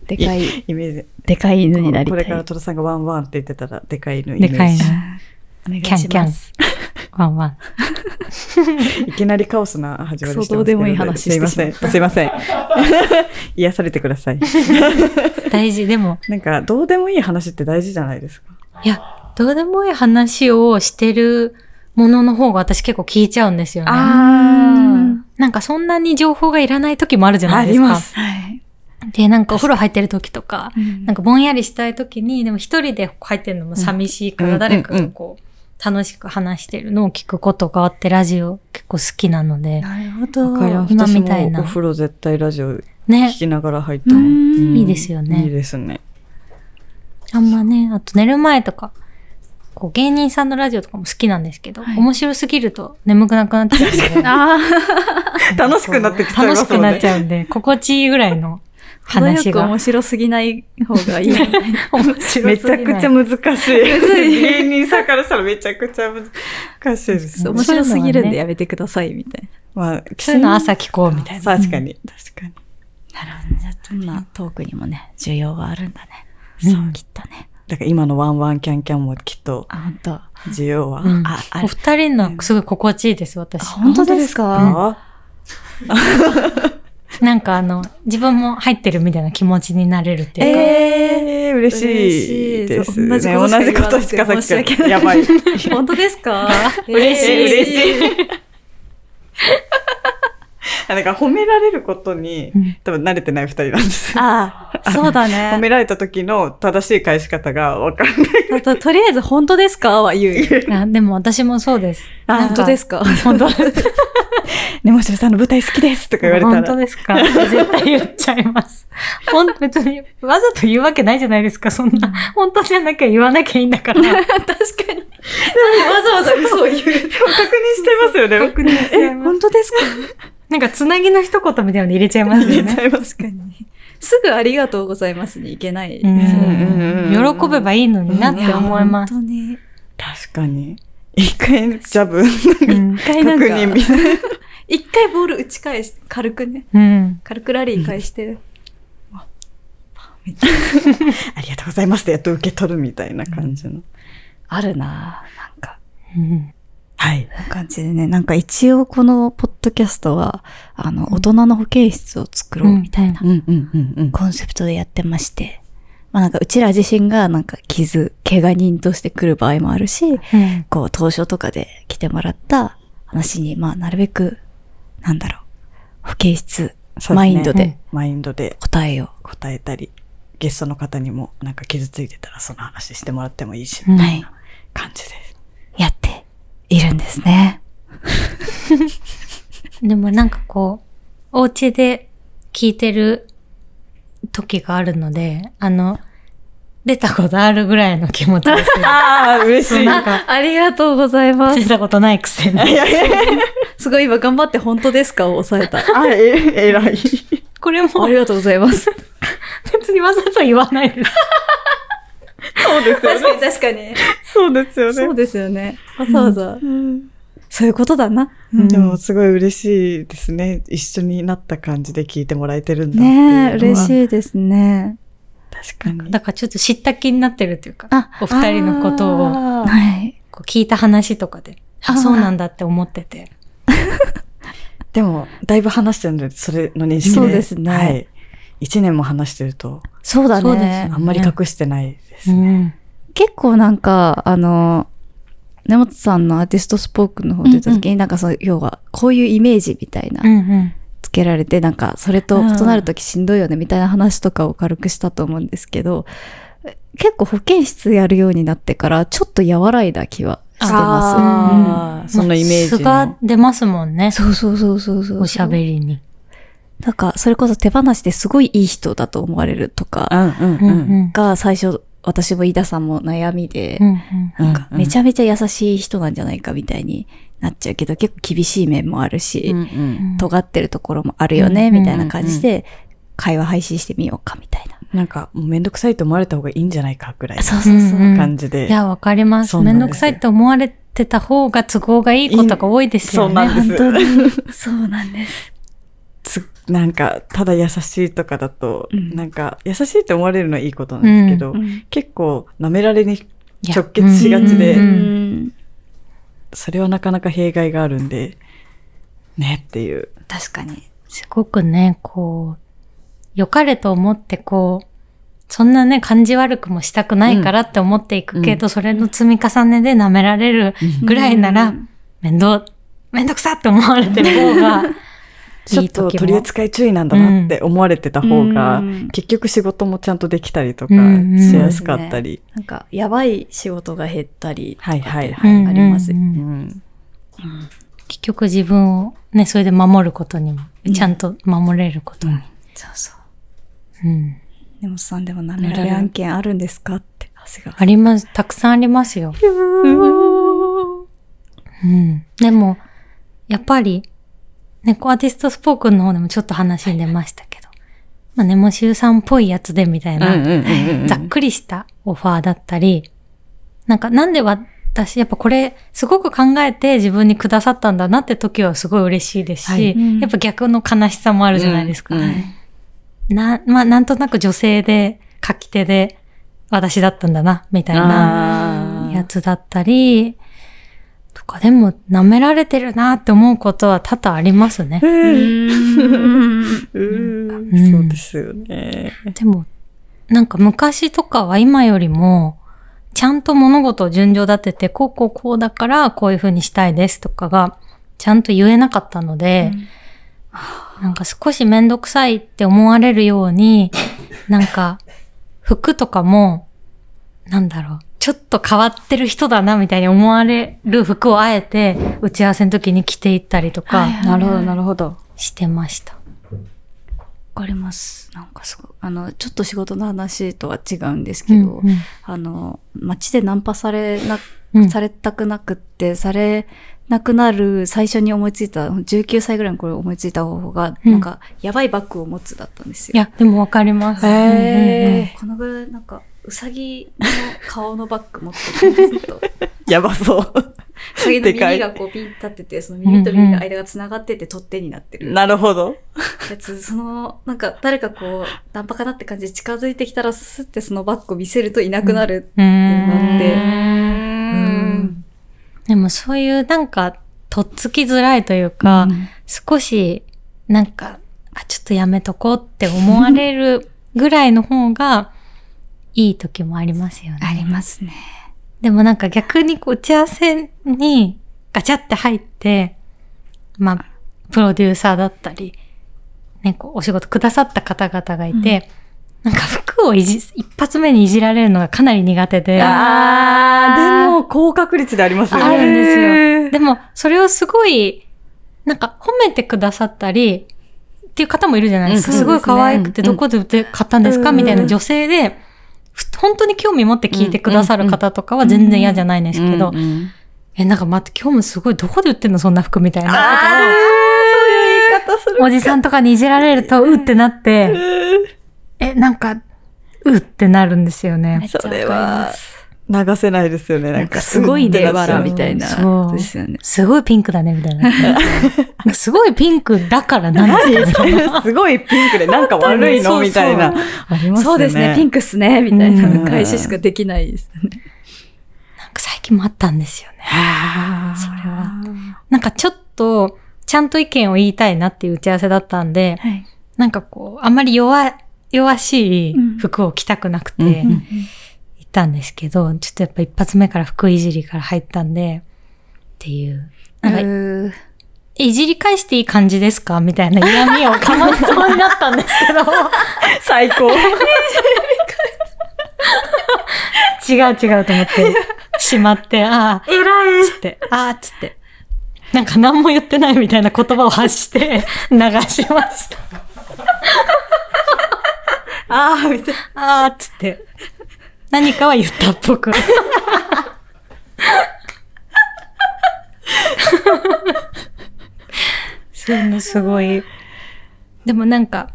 Speaker 1: でかい、
Speaker 2: イメージ。
Speaker 1: でかい犬になりた
Speaker 2: これ
Speaker 1: い。
Speaker 2: から戸田さんがワンワンって言ってたら、でかいのイメー
Speaker 3: で
Speaker 2: ジ。
Speaker 3: かいの。
Speaker 1: お願い
Speaker 3: キャン
Speaker 1: し
Speaker 3: キャ
Speaker 1: ま
Speaker 3: ン
Speaker 1: す。。
Speaker 3: ワンワン。
Speaker 2: いきなりカオスな始まりしてますけ
Speaker 1: そうどうでもいい話してしまった
Speaker 2: すいません。すいません。癒されてください。
Speaker 3: 大事。でも、
Speaker 2: なんか、どうでもいい話って大事じゃないですか。
Speaker 3: いや、どうでもいい話をしてるものの方が私結構聞いちゃうんですよね。
Speaker 2: あ
Speaker 3: なんかそんなに情報がいらない時もあるじゃない
Speaker 2: あ
Speaker 3: で
Speaker 2: り
Speaker 3: すか。
Speaker 2: ます。
Speaker 1: はい。
Speaker 3: で、なんかお風呂入ってる時とか、
Speaker 1: うん
Speaker 3: なんかぼんやりしたい時に、でも一人で入ってるのも寂しいか
Speaker 2: うん
Speaker 3: ら、誰かがこう、楽しく話してるのを聞くことがあって、ラジオ結構好きなので。
Speaker 1: なるほ
Speaker 2: わかりま
Speaker 1: ど
Speaker 2: す。
Speaker 3: 今
Speaker 2: 私
Speaker 3: みたいな
Speaker 2: もお風呂絶対ラジオ聞。
Speaker 3: ね
Speaker 2: きながら入った
Speaker 1: う
Speaker 2: も
Speaker 1: ん
Speaker 2: ん
Speaker 3: いいですよね
Speaker 2: いいですね。
Speaker 3: あんまね、あと寝る前とか、こう芸人さんのラジオとかも好きなんですけど、
Speaker 1: はい
Speaker 3: 面白すぎると眠くなくなっち [LAUGHS] ゃうんで。
Speaker 1: ああ、
Speaker 2: 楽しくなってきちゃいます
Speaker 3: 楽し
Speaker 2: も
Speaker 3: く
Speaker 2: んね
Speaker 3: なっちゃうんで、心地いいぐらいの
Speaker 1: 程よ
Speaker 3: 話
Speaker 1: く
Speaker 3: が。
Speaker 1: 面白すぎない方がい [LAUGHS] い。
Speaker 3: [LAUGHS] 面白すぎな
Speaker 2: め
Speaker 3: い
Speaker 2: ちゃくちゃ難しい。芸人さんからしたらめちゃくちゃ難しいです。
Speaker 1: 面白すぎるんでやめてください、みたいな。
Speaker 2: まあ、
Speaker 3: そういうの朝聞こうみたいな。
Speaker 2: 確かに、確かに。
Speaker 1: なるほど。じゃあ、どんなトークにもね、需要はあるんだね。
Speaker 2: うん
Speaker 1: そう、きっとね。
Speaker 2: だから今のワンワンキャンキャンもきっと
Speaker 1: あ、本当。あ、
Speaker 2: 需要は。
Speaker 3: うん
Speaker 1: ああ
Speaker 3: お二人のすごい心地いいです、私。
Speaker 1: 本当ですか
Speaker 2: あ
Speaker 3: なんかあの、自分も入ってるみたいな気持ちになれるっていうか。
Speaker 2: えー、嬉しいです、ね。
Speaker 1: 嬉しいそう
Speaker 2: 同
Speaker 1: 同
Speaker 2: じ
Speaker 1: じ
Speaker 2: こ
Speaker 1: ことと
Speaker 2: し
Speaker 1: し
Speaker 2: か
Speaker 1: か言
Speaker 2: さっ
Speaker 1: わなくて申し訳
Speaker 2: きか
Speaker 1: な
Speaker 2: ら。
Speaker 1: い
Speaker 2: やばい。
Speaker 1: 本当ですか
Speaker 3: 嬉し
Speaker 1: [LAUGHS]
Speaker 3: い
Speaker 1: 嬉しい。
Speaker 2: 嬉しい。あなんか褒められることに
Speaker 3: うん、
Speaker 2: 多分慣れてない二人なんです。
Speaker 1: ああ、そうだ
Speaker 2: 褒
Speaker 1: ね。
Speaker 2: められた時の正しい返し方がわかんない。
Speaker 1: あと、とりあえず、本当ですかは言う。
Speaker 3: あでも私もそうです。
Speaker 1: あ
Speaker 3: なん
Speaker 1: [LAUGHS] 本当ですか
Speaker 3: 本当ですか
Speaker 2: ねもしろさんの舞台好きですとか言われた
Speaker 3: 本当
Speaker 2: ら。
Speaker 3: ですか絶対言っちゃいます。ほん別に、わざと言うわけないじゃないですか、そんな。本当じゃなきゃ言わなきゃいいんだから。
Speaker 1: 確かに。わざわざ嘘を言う。
Speaker 2: 確認してますよね。
Speaker 3: 確認しちゃいます
Speaker 1: 本当ですか
Speaker 3: なんか、つなぎの一言みたいなの入れちゃいますよ
Speaker 2: 入れち
Speaker 3: ね。
Speaker 2: ゃいます。
Speaker 1: 確かに。すぐありがとうございますにいけない。
Speaker 3: うん
Speaker 2: うんうんうん
Speaker 3: 喜べばいいのになって思います。
Speaker 1: 本当に。
Speaker 2: 確かに。一回ジャブ、確
Speaker 3: うん
Speaker 1: 一回なんか、
Speaker 2: 認みたいな。
Speaker 1: 一回ボール打ち返し、軽くね、
Speaker 3: うん。
Speaker 1: 軽くラリー返して、
Speaker 2: [LAUGHS] ありがとうございますってやっと受け取るみたいな感じの。
Speaker 1: あるなぁ、なんか。
Speaker 3: うん
Speaker 2: はい。
Speaker 1: こんな感じでね、なんか一応このポッドキャストは、あの、大人の保健室を作ろうみたいな
Speaker 2: うんうんうんうん。
Speaker 1: コンセプトでやってまして、まあなんかうちら自身がなんか傷、怪我人として来る場合もあるし、
Speaker 3: うん
Speaker 1: こう、当初とかで来てもらった話に、まあなるべく、なんだろう、保健室、
Speaker 2: そうですね
Speaker 1: マインド
Speaker 3: う
Speaker 1: で
Speaker 3: ん
Speaker 2: マインドで
Speaker 1: 答えを。
Speaker 2: 答えたり、ゲストの方にもなんか傷ついてたらその話してもらってもいいし、
Speaker 3: うん
Speaker 1: は。い。
Speaker 2: 感じです。
Speaker 1: やっているんですね。
Speaker 3: でもなんかこう、お家で聞いてる時があるので、あの、出たことあるぐらいの気持ちです。
Speaker 2: ああ、嬉しい。
Speaker 3: なんか、
Speaker 1: ありがとうござい [LAUGHS] ま
Speaker 3: 出。たことないくせに。
Speaker 1: すごい今頑張って本当ですかを抑 [LAUGHS] えた。
Speaker 2: あ、え、えらい。
Speaker 3: [LAUGHS] これも
Speaker 1: ありがとうございます。
Speaker 3: 別にわざと言わないです。
Speaker 2: そうですよ
Speaker 1: 確 [LAUGHS]
Speaker 2: ね。
Speaker 1: かに確かに。
Speaker 2: そうですよ
Speaker 1: そう
Speaker 2: ね。
Speaker 1: ですよね。わざわざ。そういうことだな。
Speaker 2: うんでも、すごい嬉しいですね。一緒になった感じで聞いてもらえてるんだっていうのは。
Speaker 1: ねえ、嬉しいですね。
Speaker 2: 確かに。
Speaker 3: [LAUGHS] だからちょっと知った気になってるというか
Speaker 1: あ、
Speaker 3: お二人のことを
Speaker 2: あー
Speaker 1: はい。
Speaker 3: こう聞いた話とかで、
Speaker 1: あ
Speaker 3: あ、
Speaker 1: ー
Speaker 3: そうなんだって思ってて。
Speaker 2: でも、だいぶ話してるので、それの認識で。
Speaker 1: そうですね
Speaker 2: はい。一年も話してると、
Speaker 1: そうだ
Speaker 3: そうです
Speaker 1: ね
Speaker 3: ね
Speaker 2: あ。んまり隠してないです。
Speaker 3: ん。
Speaker 1: 結構なんか、あの、根本さんのアーティストスポークの方出た時に、なんかその、要は、こういうイメージみたいな
Speaker 3: うんうん。
Speaker 1: つけられて、なんか、それと異なるときしんどいよね、みたいな話とかを軽くしたと思うんですけど、結構保健室やるようになってから、ちょっと和らいだ気はしてま
Speaker 2: あーそのイメージ
Speaker 3: 素が
Speaker 2: の。
Speaker 3: 出ますもんね
Speaker 1: す。。そうそうそうそうそう。
Speaker 3: おしゃべりに。
Speaker 1: なんか、それこそ手放しですごいいい人だと思われるとか、
Speaker 2: うん
Speaker 3: う
Speaker 2: うんん
Speaker 3: う
Speaker 2: うん。
Speaker 3: ん。
Speaker 1: が最初、私も飯田さんも悩みで
Speaker 3: う、んうん
Speaker 1: なんか、めち
Speaker 2: ゃ
Speaker 1: ゃめちゃ優しい人なんじゃないかみたいになっちゃうけど、結構厳しい面もあるし、
Speaker 3: うん
Speaker 1: 尖ってるところもあるよね、
Speaker 3: うん
Speaker 1: みたいな感じで、会話配信してみようか、みたいな。
Speaker 2: なんか、もうめんどくさいと思われた方がいいんじゃないかぐらい
Speaker 1: そうそうそう。
Speaker 3: うん
Speaker 2: の感じで。
Speaker 3: いや、わかります。
Speaker 2: そう
Speaker 3: め
Speaker 2: なんんですよ
Speaker 3: どくさいって思われてた方が都合がいいことが多いですよね。
Speaker 2: そうなんです
Speaker 1: 本当に。そうなんです。
Speaker 2: つなんか、ただ優しいとかだと、
Speaker 1: うん
Speaker 2: なんか、優しいって思われるのはいいことなんですけど、結構、舐められに直結しがちで、
Speaker 3: うん
Speaker 1: うん
Speaker 2: それはなかなか弊害があるんで、ねっていう。
Speaker 1: 確かに。
Speaker 3: すごくね、こう、良かれと思ってこう、そんなね、感じ悪くもしたくないからって思っていくけど、それの積み重ねで舐められるぐらいなら、
Speaker 1: うん [LAUGHS]
Speaker 3: 面倒、面倒くさって思われてる方が、
Speaker 2: ちょっと取り扱い注意なんだなって思われてた方が、
Speaker 1: うん
Speaker 2: 結局仕事もちゃんとできたりとか
Speaker 3: うん
Speaker 2: しやすかったり。
Speaker 1: なんか、やばい仕事が減ったりとかって
Speaker 2: はいはい
Speaker 1: あります。
Speaker 3: うんうんうん
Speaker 2: うん
Speaker 3: 結局自分をね、それで守ることにも、ちゃんと守れることに。
Speaker 1: そうそう。
Speaker 3: うん
Speaker 1: 根本さんでも何られ案件あるんですかって、長谷
Speaker 3: あります。たくさんありますよ。うん。でも、やっぱり、猫アーティストスポークンの方でもちょっと話に出ましたけど、まあ、ネモシュさんっぽいやつでみたいな、
Speaker 2: うんうんうんうん
Speaker 3: ざっくりしたオファーだったり、なんかなんで私、やっぱこれすごく考えて自分にくださったんだなって時はすごい嬉しいですし、
Speaker 2: はい
Speaker 1: うん
Speaker 3: やっぱ逆の悲しさもあるじゃないですか。
Speaker 2: うんうん
Speaker 3: な、まあなんとなく女性で書き手で私だったんだな、みたい
Speaker 2: あ
Speaker 3: な。
Speaker 2: ー
Speaker 3: やつだったり、とかでも舐められてるなって思うことは多々ありますね。
Speaker 1: さ
Speaker 2: う
Speaker 3: うん
Speaker 2: んそうですよね。
Speaker 3: でも、なんか昔とかは今よりも、ちゃんと物事を順序立てて、こうこうこうだからこういうふうにしたいですとかが、ちゃんと言えなかったので、なんか少しめんどくさいって思われるように、なんか、服とかも、なんだろう、ちょっと変わってる人だなみたいに思われる服をあえて、打ち合わせの時に着ていったりと
Speaker 1: はいは
Speaker 3: か
Speaker 1: いなるほどな
Speaker 2: るほど。
Speaker 3: してました。
Speaker 1: わかります。なんかすごい。あの、ちょっと仕事の話とは違うんですけど、
Speaker 3: うんうん
Speaker 1: あの、街でナンパされな、
Speaker 3: うん
Speaker 1: されたくなくって、されなくなる最初に思いついた、19歳ぐらいの頃思いついた方法が、
Speaker 3: うん
Speaker 1: なんか、やばいバッグを持つだったんですよ。
Speaker 3: いや、でもわかります。
Speaker 2: へー
Speaker 3: うんうんうん
Speaker 1: このぐらい、なんか、うさぎの顔のバッグ持ってるんです
Speaker 3: [LAUGHS]
Speaker 1: と。
Speaker 2: やばそう。
Speaker 1: うさぎの耳がこうピン立ってて、その耳と耳の間が繋がってて取っ手になってる
Speaker 2: なるほど。
Speaker 1: やつ、その、なんか誰かこう、ナンパかなって感じで近づいてきたら、スッてそのバッグを見せるといなくなる。
Speaker 3: うー。
Speaker 1: うんん。
Speaker 3: でもそういうなんか、とっつきづらいというか、少し、なんか、あ、ちょっとやめとこうって思われるぐらいの方が、いい時もありますよね。
Speaker 1: ありますね。
Speaker 3: でもなんか逆にこう打ち合わせにガチャって入って、まあ、プロデューサーだったり、ね、こうお仕事くださった方々がいて、なんか服をいじ一発目にいじられるのがかなり苦手で、
Speaker 2: ああ、でも高確率でありますよね。
Speaker 3: あるんですよ。でも、それをすごい、なんか褒めてくださったり、っていう方もいるじゃないですか。
Speaker 2: うん
Speaker 3: すごい可愛くて、
Speaker 2: そうですね
Speaker 3: どこで売って買ったんですか
Speaker 2: うん
Speaker 3: みたいな女性で、ふ本当に興味持って聞いてくださる方とかは全然嫌じゃないんですけど
Speaker 2: うん、うん
Speaker 3: え、なんか待って、今日もすごい、どこで売ってんのそんな服みたい
Speaker 2: あ
Speaker 3: な。
Speaker 2: ーそういう言い方する。
Speaker 3: おじさんとかにいじられると、うってなって、え、なんか、うってなるんですよね。
Speaker 2: それは、流せないですよね。なんか、
Speaker 1: すごい
Speaker 2: で
Speaker 1: ね、わらみたいな。
Speaker 3: そう
Speaker 1: ですよね。
Speaker 3: すごいピンクだね、みたいな。
Speaker 2: [LAUGHS]
Speaker 3: なんかすごいピンクだからなんですかみたいな
Speaker 2: すごいピンクで、なんか悪いのみたいな。ありますね。
Speaker 1: そうですね、ピン
Speaker 2: ク。
Speaker 1: クっすね、みたい
Speaker 2: うん
Speaker 1: な返ししかできないですね。
Speaker 3: なんか最近もあったんですよね。
Speaker 2: それは。
Speaker 3: なんかちょっと、ちゃんと意見を言いたいなっていう打ち合わせだったんで、
Speaker 1: はい。
Speaker 3: なんかこう、あんまり弱、弱しい服を着たくなくて、
Speaker 2: うんうん
Speaker 3: 行ったんですけど、ちょっとやっぱ一発目から服いじりから入ったんで、っていう。なんか
Speaker 1: うー
Speaker 3: いじり返していい感じですかみたいな嫌味をかましそうになったんですけど、
Speaker 2: 最高。
Speaker 3: 違う違うと思って、しまって、ああ、偉いつって、ああ、つって。なんか何も言ってないみたいな言葉を発して流しました。
Speaker 2: ああ、みたい
Speaker 3: ああ、つって。何かは言ったっぽく。そういうのすごい。でもなんか、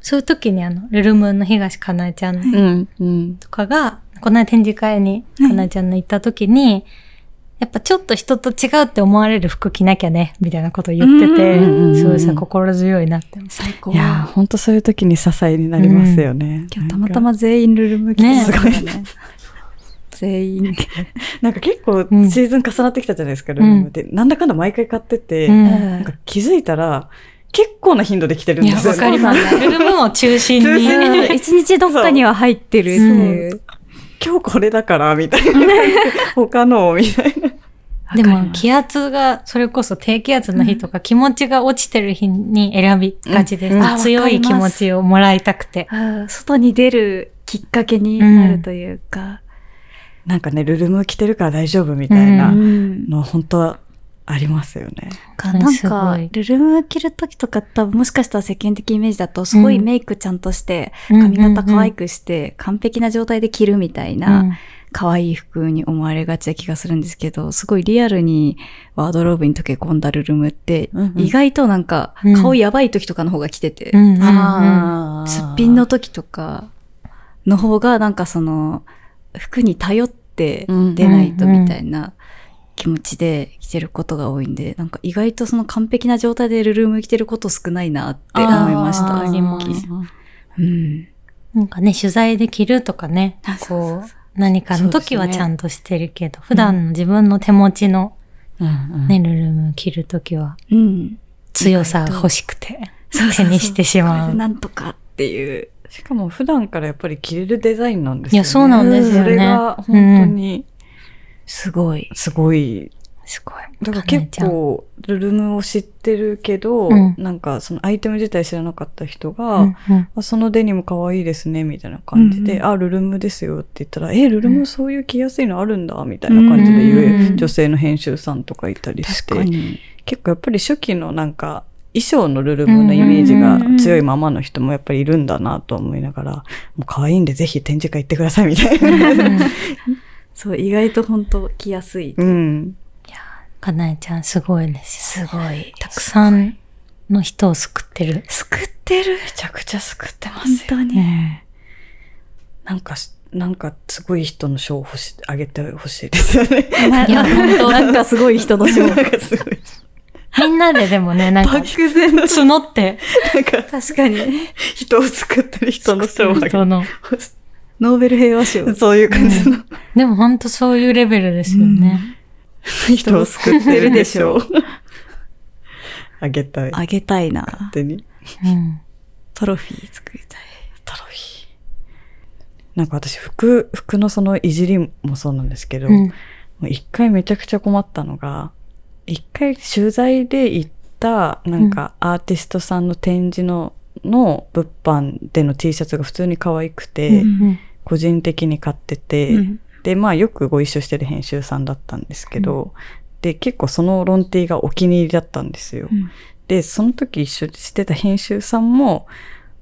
Speaker 3: そういう時にあの、ルルムーンの東かなえちゃん
Speaker 2: な。うん。うん。
Speaker 3: とかが、この間展示会に、かなえちゃんの行った時に、やっぱちょっと人と違うって思われる服着なきゃね、みたいなことを言ってて、
Speaker 2: うんうんうんうん
Speaker 3: すごいさ、心強いなって思っ
Speaker 1: 最高。
Speaker 2: いやー、ほんとそういう時に支えになりますよね。
Speaker 1: 今日たまたま全員ルルムキ
Speaker 3: ね
Speaker 1: すごいね。全員。
Speaker 2: なんか結構
Speaker 3: うん
Speaker 2: シーズン重なってきたじゃないですか、
Speaker 3: ん
Speaker 2: ルームって。なんだかんだ毎回買ってて、
Speaker 3: て。うん
Speaker 2: なんか気づいたら、結構な頻度で来てるん
Speaker 3: い
Speaker 2: で
Speaker 3: や、
Speaker 2: すよ
Speaker 3: わ
Speaker 2: ね。
Speaker 3: かります。ルルムを中心
Speaker 2: 中
Speaker 3: に。
Speaker 2: 心に
Speaker 1: うん一日どっかには入ってるっていう。
Speaker 3: [LAUGHS]
Speaker 2: 今日これだから、みたいな。他のを、みたいな。
Speaker 3: でも気圧が、それこそ低気圧の日とか、気持ちが落ちてる日に選びがちです、
Speaker 1: うんうん
Speaker 3: 強い気持ちをもらいたくて。
Speaker 1: あー外に出るきっかけになるというか。
Speaker 2: なんかね、ルルム着てるから大丈夫みたいな
Speaker 1: うん
Speaker 2: の、本当はありますよね。
Speaker 1: か
Speaker 3: うん
Speaker 1: なん
Speaker 3: すご
Speaker 1: か
Speaker 3: い、
Speaker 1: ルルム着るときとか、多分もしかしたら世間的イメージだと、すごいメイクちゃんとして、髪型可愛くして、完璧な状態で着るみたいな、可愛い服に思われがちな気がするんですけど、すごいリアルにワードローブに溶け込んだルルムって
Speaker 2: うんうん、
Speaker 1: 意外となんか
Speaker 3: うん、
Speaker 1: 顔やばいときとかの方が着てて
Speaker 3: うん、うんうんうん
Speaker 2: あ
Speaker 1: すっぴんの時とかの方がなんかその服に頼って出ないとみたいな気持ちで着てることが多いんで、なんか意外とその完璧な状態でルルーム着てること少ないなって思いました。
Speaker 3: あーあります
Speaker 1: うん。
Speaker 3: なんかね、取材で着るとかね
Speaker 1: あ、そうそう
Speaker 3: こう、何かの時
Speaker 2: そう
Speaker 3: は
Speaker 2: ですね
Speaker 3: ちゃんとしてるけど、普段の自分の手持ちのね、ルルム着る時は
Speaker 1: うん。
Speaker 3: 強さが欲しくて
Speaker 1: そうそうそ
Speaker 3: 手
Speaker 1: う
Speaker 3: にしてし
Speaker 1: こ
Speaker 3: ま
Speaker 1: れで
Speaker 3: う。
Speaker 1: なんとかっていう。
Speaker 2: しかも普段からやっぱり着れるデザインなんですよね。
Speaker 3: いやそうなんですよね
Speaker 2: それが本当に
Speaker 1: すごい。
Speaker 2: すごい。
Speaker 3: すごい。
Speaker 2: だから
Speaker 3: かなえち
Speaker 2: 結
Speaker 3: ゃん
Speaker 2: 構、ルルムを知ってるけど、
Speaker 3: うん
Speaker 2: なんかそのアイテム自体知らなかった人が、
Speaker 3: うんうん
Speaker 2: あそのデニム可愛いですね、みたいな感じ
Speaker 1: うん
Speaker 2: で、
Speaker 1: うん
Speaker 2: あ、ルルムですよって言ったら、え、ルルムそういう着やすいのあるんだ、みたいな感じで
Speaker 3: うん
Speaker 2: 言う
Speaker 3: う
Speaker 2: ん女性の編集さんとかいたりして、
Speaker 1: に。
Speaker 2: 結構やっぱり初期のなんか、衣装のルルムのイメージが強いままの人もやっぱりいるんだなと思いながら、もう可愛いんでぜひ展示会行ってくださいみた [LAUGHS] いな。
Speaker 1: そう、意外と本当着やすい。
Speaker 2: うん。
Speaker 3: かなえちゃんすごいですよ。
Speaker 1: すごい。
Speaker 3: たくさんの人を救ってる。
Speaker 1: 救ってる。
Speaker 2: めちゃくちゃ救ってま
Speaker 1: 本当に。
Speaker 2: なんかし、なんかすごい人の賞を欲しあげてほしいですよ [LAUGHS] ね。
Speaker 1: いや、本当 [LAUGHS] なんかすごい人の
Speaker 2: な
Speaker 1: 勝
Speaker 2: んかすごい。
Speaker 3: みんなででもね、なんか
Speaker 2: 漠然の
Speaker 3: 募って、
Speaker 2: なんか
Speaker 1: 確かに。
Speaker 2: 人を救ってる人の賞をあげて
Speaker 3: 人の。
Speaker 2: ほし
Speaker 1: ノーベル平和賞
Speaker 2: い。。そういう感じの
Speaker 3: でもほんとそういうレベルですよね。
Speaker 2: 人を救ってるでしょう。あげたい。勝
Speaker 1: あげたいな。
Speaker 2: 手に。
Speaker 3: うん。
Speaker 1: トロフィー作りたい。
Speaker 2: トロフィー。なんか私、服、服のそのいじりもそうなんですけど、
Speaker 3: う
Speaker 2: も
Speaker 3: ん。
Speaker 2: う一回めちゃくちゃ困ったのが、一回取材で行った、なんかアーティストさんの展示の、の物販での T シャツが普通に可愛くて、
Speaker 3: うん
Speaker 2: 個人的に買ってて、
Speaker 1: うん
Speaker 2: で、まあよくご一緒してる編集さんだったんですけど、で、結構そのロンティがお気に入りだったんですよ。
Speaker 1: うん
Speaker 2: で、その時一緒にしてた編集さんも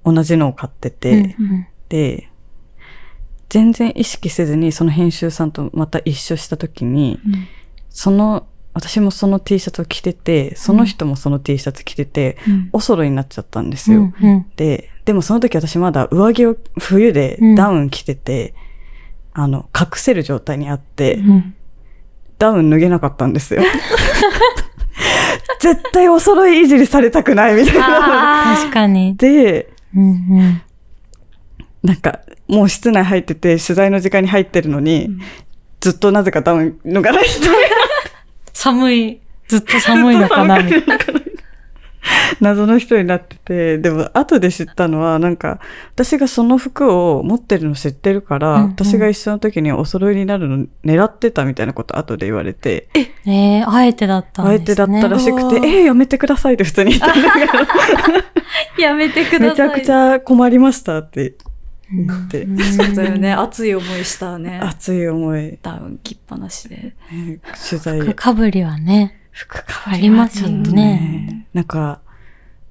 Speaker 2: 同じのを買ってて、
Speaker 3: うん
Speaker 2: で、全然意識せずにその編集さんとまた一緒した時に、
Speaker 1: うん
Speaker 2: その、私もその T シャツを着てて、その人もその T シャツ着てて、おそろいになっちゃったんです
Speaker 3: う
Speaker 2: よ。
Speaker 3: んうん
Speaker 2: で、でもその時私まだ上着を冬で
Speaker 3: うん
Speaker 2: ダウン着てて、あの、隠せる状態にあって、
Speaker 3: うん
Speaker 2: ダウン脱げなかったんですよ。絶対お揃いいじりされたくないみたいな。
Speaker 3: 確かに。
Speaker 2: で、
Speaker 3: うんうん
Speaker 2: なんか、もう室内入ってて、取材の時間に入ってるのに、ずっとなぜかダウン脱がない人が
Speaker 3: [LAUGHS] 寒い。ずっと寒いのかなみたいな。
Speaker 2: 謎の人になってて、でも後で知ったのは、なんか、私がその服を持ってるの知ってるから、
Speaker 3: うんうん
Speaker 2: 私が一緒の時にお揃いになるの狙ってたみたいなこと後で言われて、
Speaker 3: ええあえてだったん
Speaker 2: あ
Speaker 3: ですね。
Speaker 2: えてだったらしくて、
Speaker 1: うわー
Speaker 2: えー、やめてくださいって普通に言ったんだけど
Speaker 1: やめてく
Speaker 2: めちゃくちゃ困りましたって言って、
Speaker 1: そうだよね。熱い思いしたね。
Speaker 2: 熱い思い、
Speaker 1: ダウン着っぱなしで。
Speaker 2: ね取材
Speaker 3: 服かぶりはね、
Speaker 2: 服
Speaker 3: ありますよね。
Speaker 2: なんか、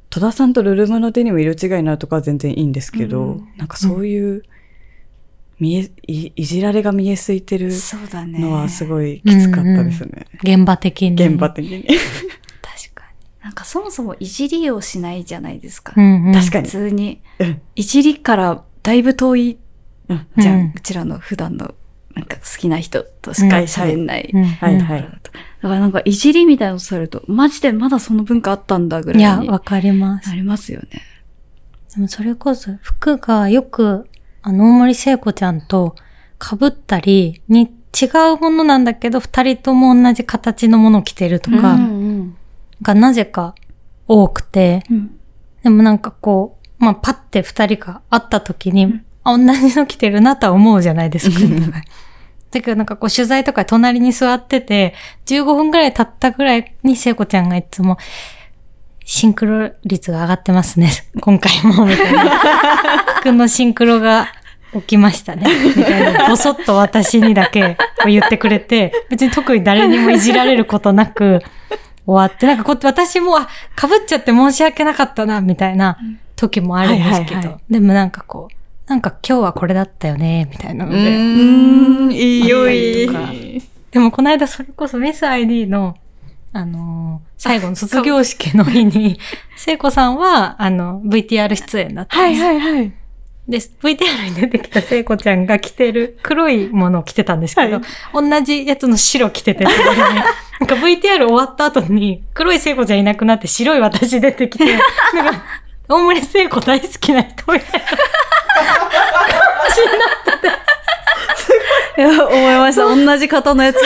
Speaker 2: 戸田さんとルルムのデニム色違いになるとかは全然いいんですけど、
Speaker 1: うん
Speaker 2: なんかそういう、見えい、いじられが見えすいてる
Speaker 1: そうだね。
Speaker 2: のはすごいきつかったですね。
Speaker 3: 現場的に。
Speaker 2: 現場的に。
Speaker 3: 確か
Speaker 1: なんかそもそもいじりをしないじゃないですか。
Speaker 3: に。うんうん、
Speaker 2: 確か
Speaker 1: 普
Speaker 2: に。
Speaker 1: 通に
Speaker 2: うん。
Speaker 1: いじりからだいぶ遠い
Speaker 2: うん
Speaker 1: じゃ
Speaker 3: うん
Speaker 1: ん。うちらの普段のなんか好きな人としか喋んない。
Speaker 3: うん
Speaker 2: はいはい。、
Speaker 1: だからなんかいじりみたいなのされると、マジでまだその文化あったんだぐ
Speaker 3: い
Speaker 1: らい
Speaker 3: や、
Speaker 1: に
Speaker 3: わかります
Speaker 1: な。りますよね。
Speaker 3: でもそれこそ服がよく、あの、大森聖子ちゃんと被ったりに、違うものなんだけど、二人とも同じ形のものを着てるとか、がなぜか多くて、
Speaker 1: うん
Speaker 3: でもなんかこう、まあ、パッて二人が会った時に、あ同じの着てるなとは思うじゃないですか。だけどなんかこう取材とか隣に座ってて、15分くらい経ったぐらいに聖子ちゃんがいつも、シンクロ率が上がってますね。 [LAUGHS] 今回も、みたいな。僕のシンクロが起きましたね。みたいな。ぼそっと私にだけ言ってくれて、別に特に誰にもいじられることなく終わって、なんかこ私も、あ、被っちゃって申し訳なかったな、みたいな時もあるんですけど。はいはいはい、でもなんかこう、なんか今日はこれだったよね、みたいなので。うん
Speaker 2: いいよ、いい。
Speaker 3: でもこの間それこそミス ID の、あのー、最後の卒業式の日に、聖子さんは、あの、VTR 出演だった
Speaker 2: んです。はいはいはい。
Speaker 3: で、VTR に出てきた聖子ちゃんが着てる黒いものを着てたんですけど、はい、同じやつの白着 [LAUGHS] てて、ね、なんか VTR 終わった後に、黒い聖子ちゃんいなくなって白い私出てき [LAUGHS] て、なんか、大森聖子大好きな人みたいな。
Speaker 4: いや、思いました。同じ方のやつ。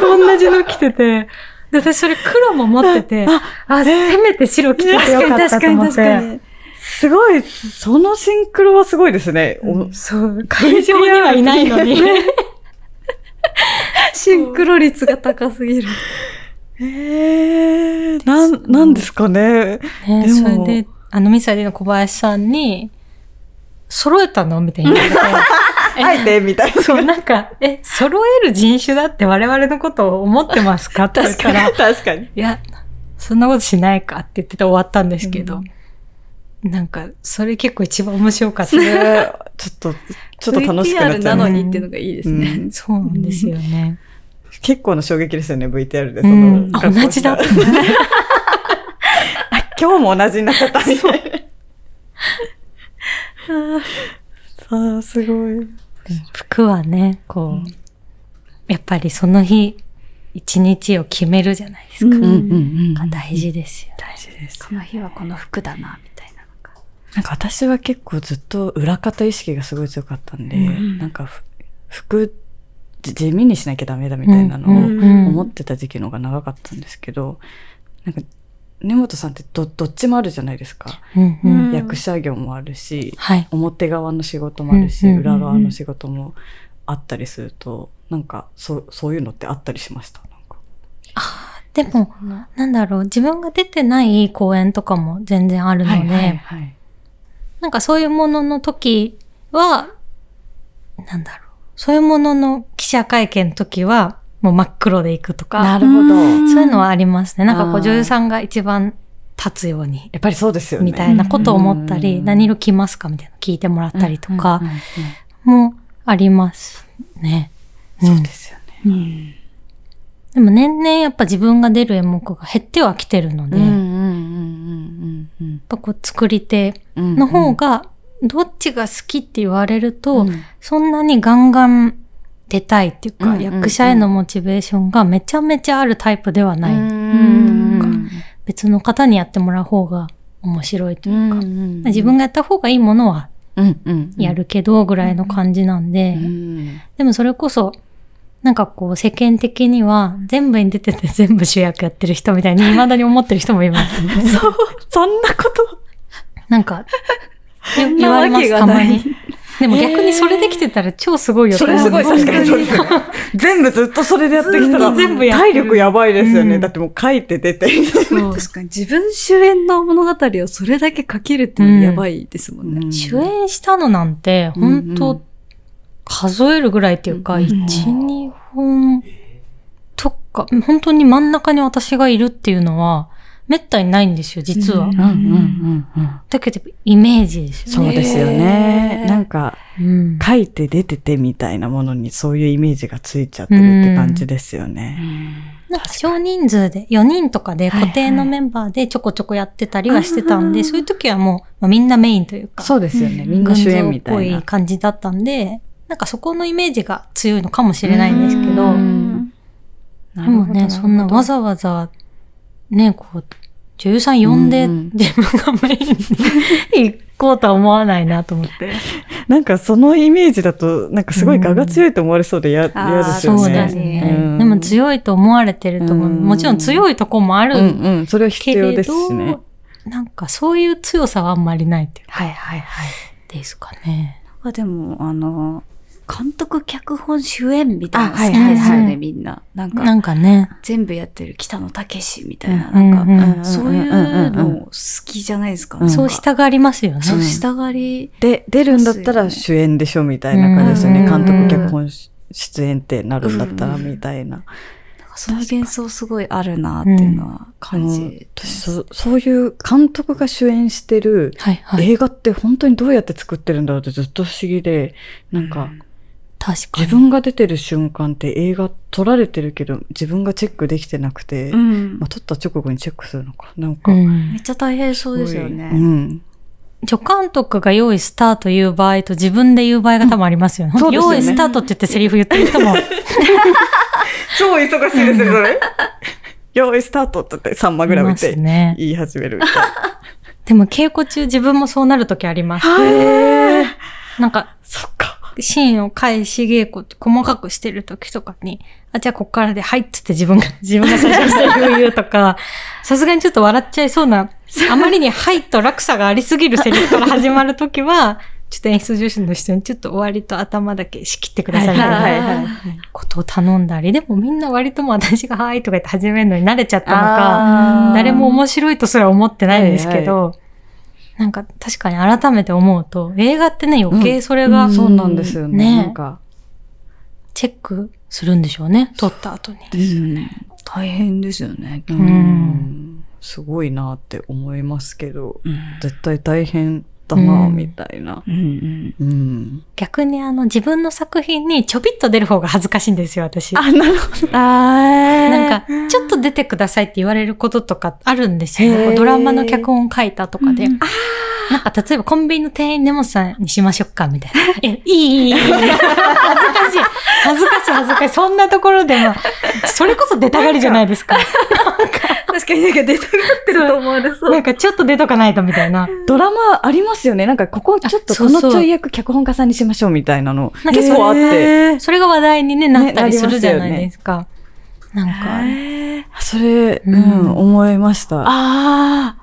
Speaker 3: 同じの着てて。で、私それ黒も持ってて、あ、あせめて白着ててよかったと思って。確かに確かに。
Speaker 2: すごい、そのシンクロはすごいですね。
Speaker 3: うん、そう、会場にはいないのに。 [LAUGHS]
Speaker 4: シンクロ率が高すぎる。
Speaker 2: ええー、なん、なんですかね。
Speaker 3: ねでそれで、あのミサイルの小林さんに、揃えたのみたいな。
Speaker 2: あえてみたいな。
Speaker 3: そう、 [LAUGHS] なんか、え、揃える人種だって我々のことを思ってますかって言ったら。
Speaker 2: 確かに。い
Speaker 3: や、そんなことしないかって言ってて終わったんですけど。うん、なんか、それ結構一番面白かった。
Speaker 2: ちょっと、ちょっと楽しくなっちゃう。
Speaker 4: VTR なのにっていうのがいいですね。
Speaker 3: うんうん、そうなんですよね。
Speaker 2: 結構の衝撃ですよね、VTR で。その、
Speaker 3: あ、同じだった、ね
Speaker 2: 今日も同じになっちゃったみたいな。ああ、すごい。
Speaker 3: 服はね、こう、うん、やっぱりその日、一日を決めるじゃないですか。うんうんうん、大事ですよ、ね、
Speaker 2: 大事です、
Speaker 4: ね。この日はこの服だな、みたいなのが。
Speaker 2: なんか私は結構ずっと裏方意識がすごい強かったんで、うん、なんか服、地味にしなきゃダメだみたいなのを思ってた時期の方が長かったんですけど、なんか根本さんってどどっちもあるじゃないですか、うんうん、役者業もあるし、はい、表側の仕事もあるし、うんうんうんうん、裏側の仕事もあったりするとなんかそそういうのってあったりしました
Speaker 3: あでもなんだろう自分が出てない公演とかも全然あるので、はいはい、なんかそういうものの時はなんだろうそういうものの記者会見の時はもう真っ黒で行くとか。
Speaker 2: なるほど。
Speaker 3: そういうのはありますね。なんかこう女優さんが一番立つように。
Speaker 2: やっぱりそうですよね。
Speaker 3: みたいなことを思ったり、何色着ますかみたいな聞いてもらったりとか、もありますね。
Speaker 2: うんうんうん、そうですよね、うん。
Speaker 3: でも年々やっぱ自分が出る演目が減ってはきてるので、やっぱこう作り手の方が、どっちが好きって言われると、そんなにガンガン出たいっていうか、うんうんうん、役者へのモチベーションがめちゃめちゃあるタイプではない。別の方にやってもらう方が面白いというか、うんうんうん、自分がやった方がいいものはやるけどぐらいの感じなんで、うんうん、でもそれこそ、なんかこう世間的には全部に出て [LAUGHS] て全部主役やってる人みたいに未だに思ってる人もいま
Speaker 2: [LAUGHS]
Speaker 3: す、
Speaker 2: ね。そう、そんなこと。
Speaker 3: なんか、言われます、たまに。でも逆にそれできてたら超すごいよ、
Speaker 2: えー、それすごい、確かに。全部ずっとそれでやってきたら、全部や体力やばいですよね、うん。だってもう書いて出て。
Speaker 4: 確かに自分主演の物語をそれだけ書けるってやばいですもんね。うん、
Speaker 3: 主演したのなんて、本当数えるぐらいっていうか、うんうん、1、2本とか、本当に真ん中に私がいるっていうのは、めったにないんですよ、実は。うんうんうんうん、だけど、イメージです
Speaker 2: よね。そうですよね。なんか、うん、書いて出ててみたいなものにそういうイメージがついちゃってるって感じですよね。
Speaker 3: うん、なんか少人数で、4人とかで固定のメンバーでちょこちょこやってたりはしてたんで、はいはい、そういう時はもう、まあ、みんなメインというか。
Speaker 2: そうですよね。みんな主演みたいな。っ
Speaker 3: ぽい感じだったんで、なんかそこのイメージが強いのかもしれないんですけど、でもね、そんなわざわざ、ね、こう、女優さん呼んで、自分がメインに行こうとは思わないなと思って。
Speaker 2: なんかそのイメージだと、なんかすごい我が強いと思われそうで嫌、うん、ですよね。そうです
Speaker 3: ね、うん、でも強いと思われてると思う。もちろん強いとこもあるけれど、うんうん、それは必要ですしね。なんかそういう強さはあんまりないっていうか。
Speaker 2: はいはいはい。
Speaker 3: ですかね。
Speaker 4: なんかでも、あの、
Speaker 1: 監督、脚本、主演みたいなの好きですよね、みんな。なんか、
Speaker 3: なんかね。
Speaker 1: 全部やってる北野武みたいな、なんか、そういうの好きじゃないですか。
Speaker 3: そうしたがりますよね。
Speaker 1: そうしたがり。
Speaker 2: で、出るんだったら主演でしょ、みたいな感じですよね。監督、脚本、出演ってなるんだったら、みたいな。
Speaker 1: その幻想すごいあるなっていうのは感じ、、
Speaker 2: そそういう監督が主演してる映画って本当にどうやって作ってるんだろうってずっと不思議で、なんか、
Speaker 3: 確か
Speaker 2: に自分が出てる瞬間って映画撮られてるけど自分がチェックできてなくて、うん、まあ、撮った直後にチェックするのかなんか、うん
Speaker 1: めっちゃ大変そうですよね、うん、
Speaker 3: 助監督が用意スターという場合と自分で言う場合が多分ありますよね。よね用意スタートって言ってセリフ言ってる人も。
Speaker 2: 超忙しいですね、それ。用意スタートって言って3マグラムって
Speaker 3: [LAUGHS]
Speaker 2: 言い始める。
Speaker 3: でも稽古中自分もそうなる時あります。
Speaker 2: [LAUGHS]
Speaker 3: なんか、
Speaker 2: そっか。
Speaker 3: シーンを返し稽古って細かくしてる時とかに、あ、じゃあこっからで、はいっつって自分が、 [LAUGHS] 自分が最初にセリフ言うとか、 [LAUGHS] さすがにちょっと笑っちゃいそうな、あまりにはいと落差がありすぎるセリフから始まる時は、 [LAUGHS] ちょっと演出助手の人にちょっと終わりと頭だけ仕切ってくださいみたいなことを頼んだり、でもみんな割とも私がはいとか言って始めるのに慣れちゃったのか、誰も面白いとすら思ってないんですけど、はいはいなんか確かに改めて思うと、映画ってね、余計それが、
Speaker 2: うん、そうなんですよね。ねなんか。
Speaker 3: チェックするんでしょうね、撮った後に。
Speaker 1: ですよね。大変ですよね。
Speaker 2: うん。すごいなって思いますけど、うん、絶対大変だな、みたいな。
Speaker 3: 逆にあの、自分の作品にちょびっと出る方が恥ずかしいんですよ、私。
Speaker 2: あ、なるほど。
Speaker 3: あなんか、ちょっと出てくださいって言われることとかあるんですよ。ドラマの脚本書いたとかで。うん、なんか、例えばコンビニの店員根本さんにしましょうか、みたいな。 [LAUGHS] え、いい、いい、恥ずかしい。恥ずかしい、恥ずかしい。そんなところで [LAUGHS] も、それこそ出たがりじゃないですか。
Speaker 1: 確かになんか出たがってると思われそう。
Speaker 3: なんかちょっと出とかないとみたいな。
Speaker 2: ドラマありますよね。なんかここちょっとこのちょい役脚本家さんにしましょうみたいなの結構あって。
Speaker 3: それが話題に、ね、なったりするじゃないですか。ね、なん
Speaker 2: か。それ、うん、思いました。あ
Speaker 1: あ。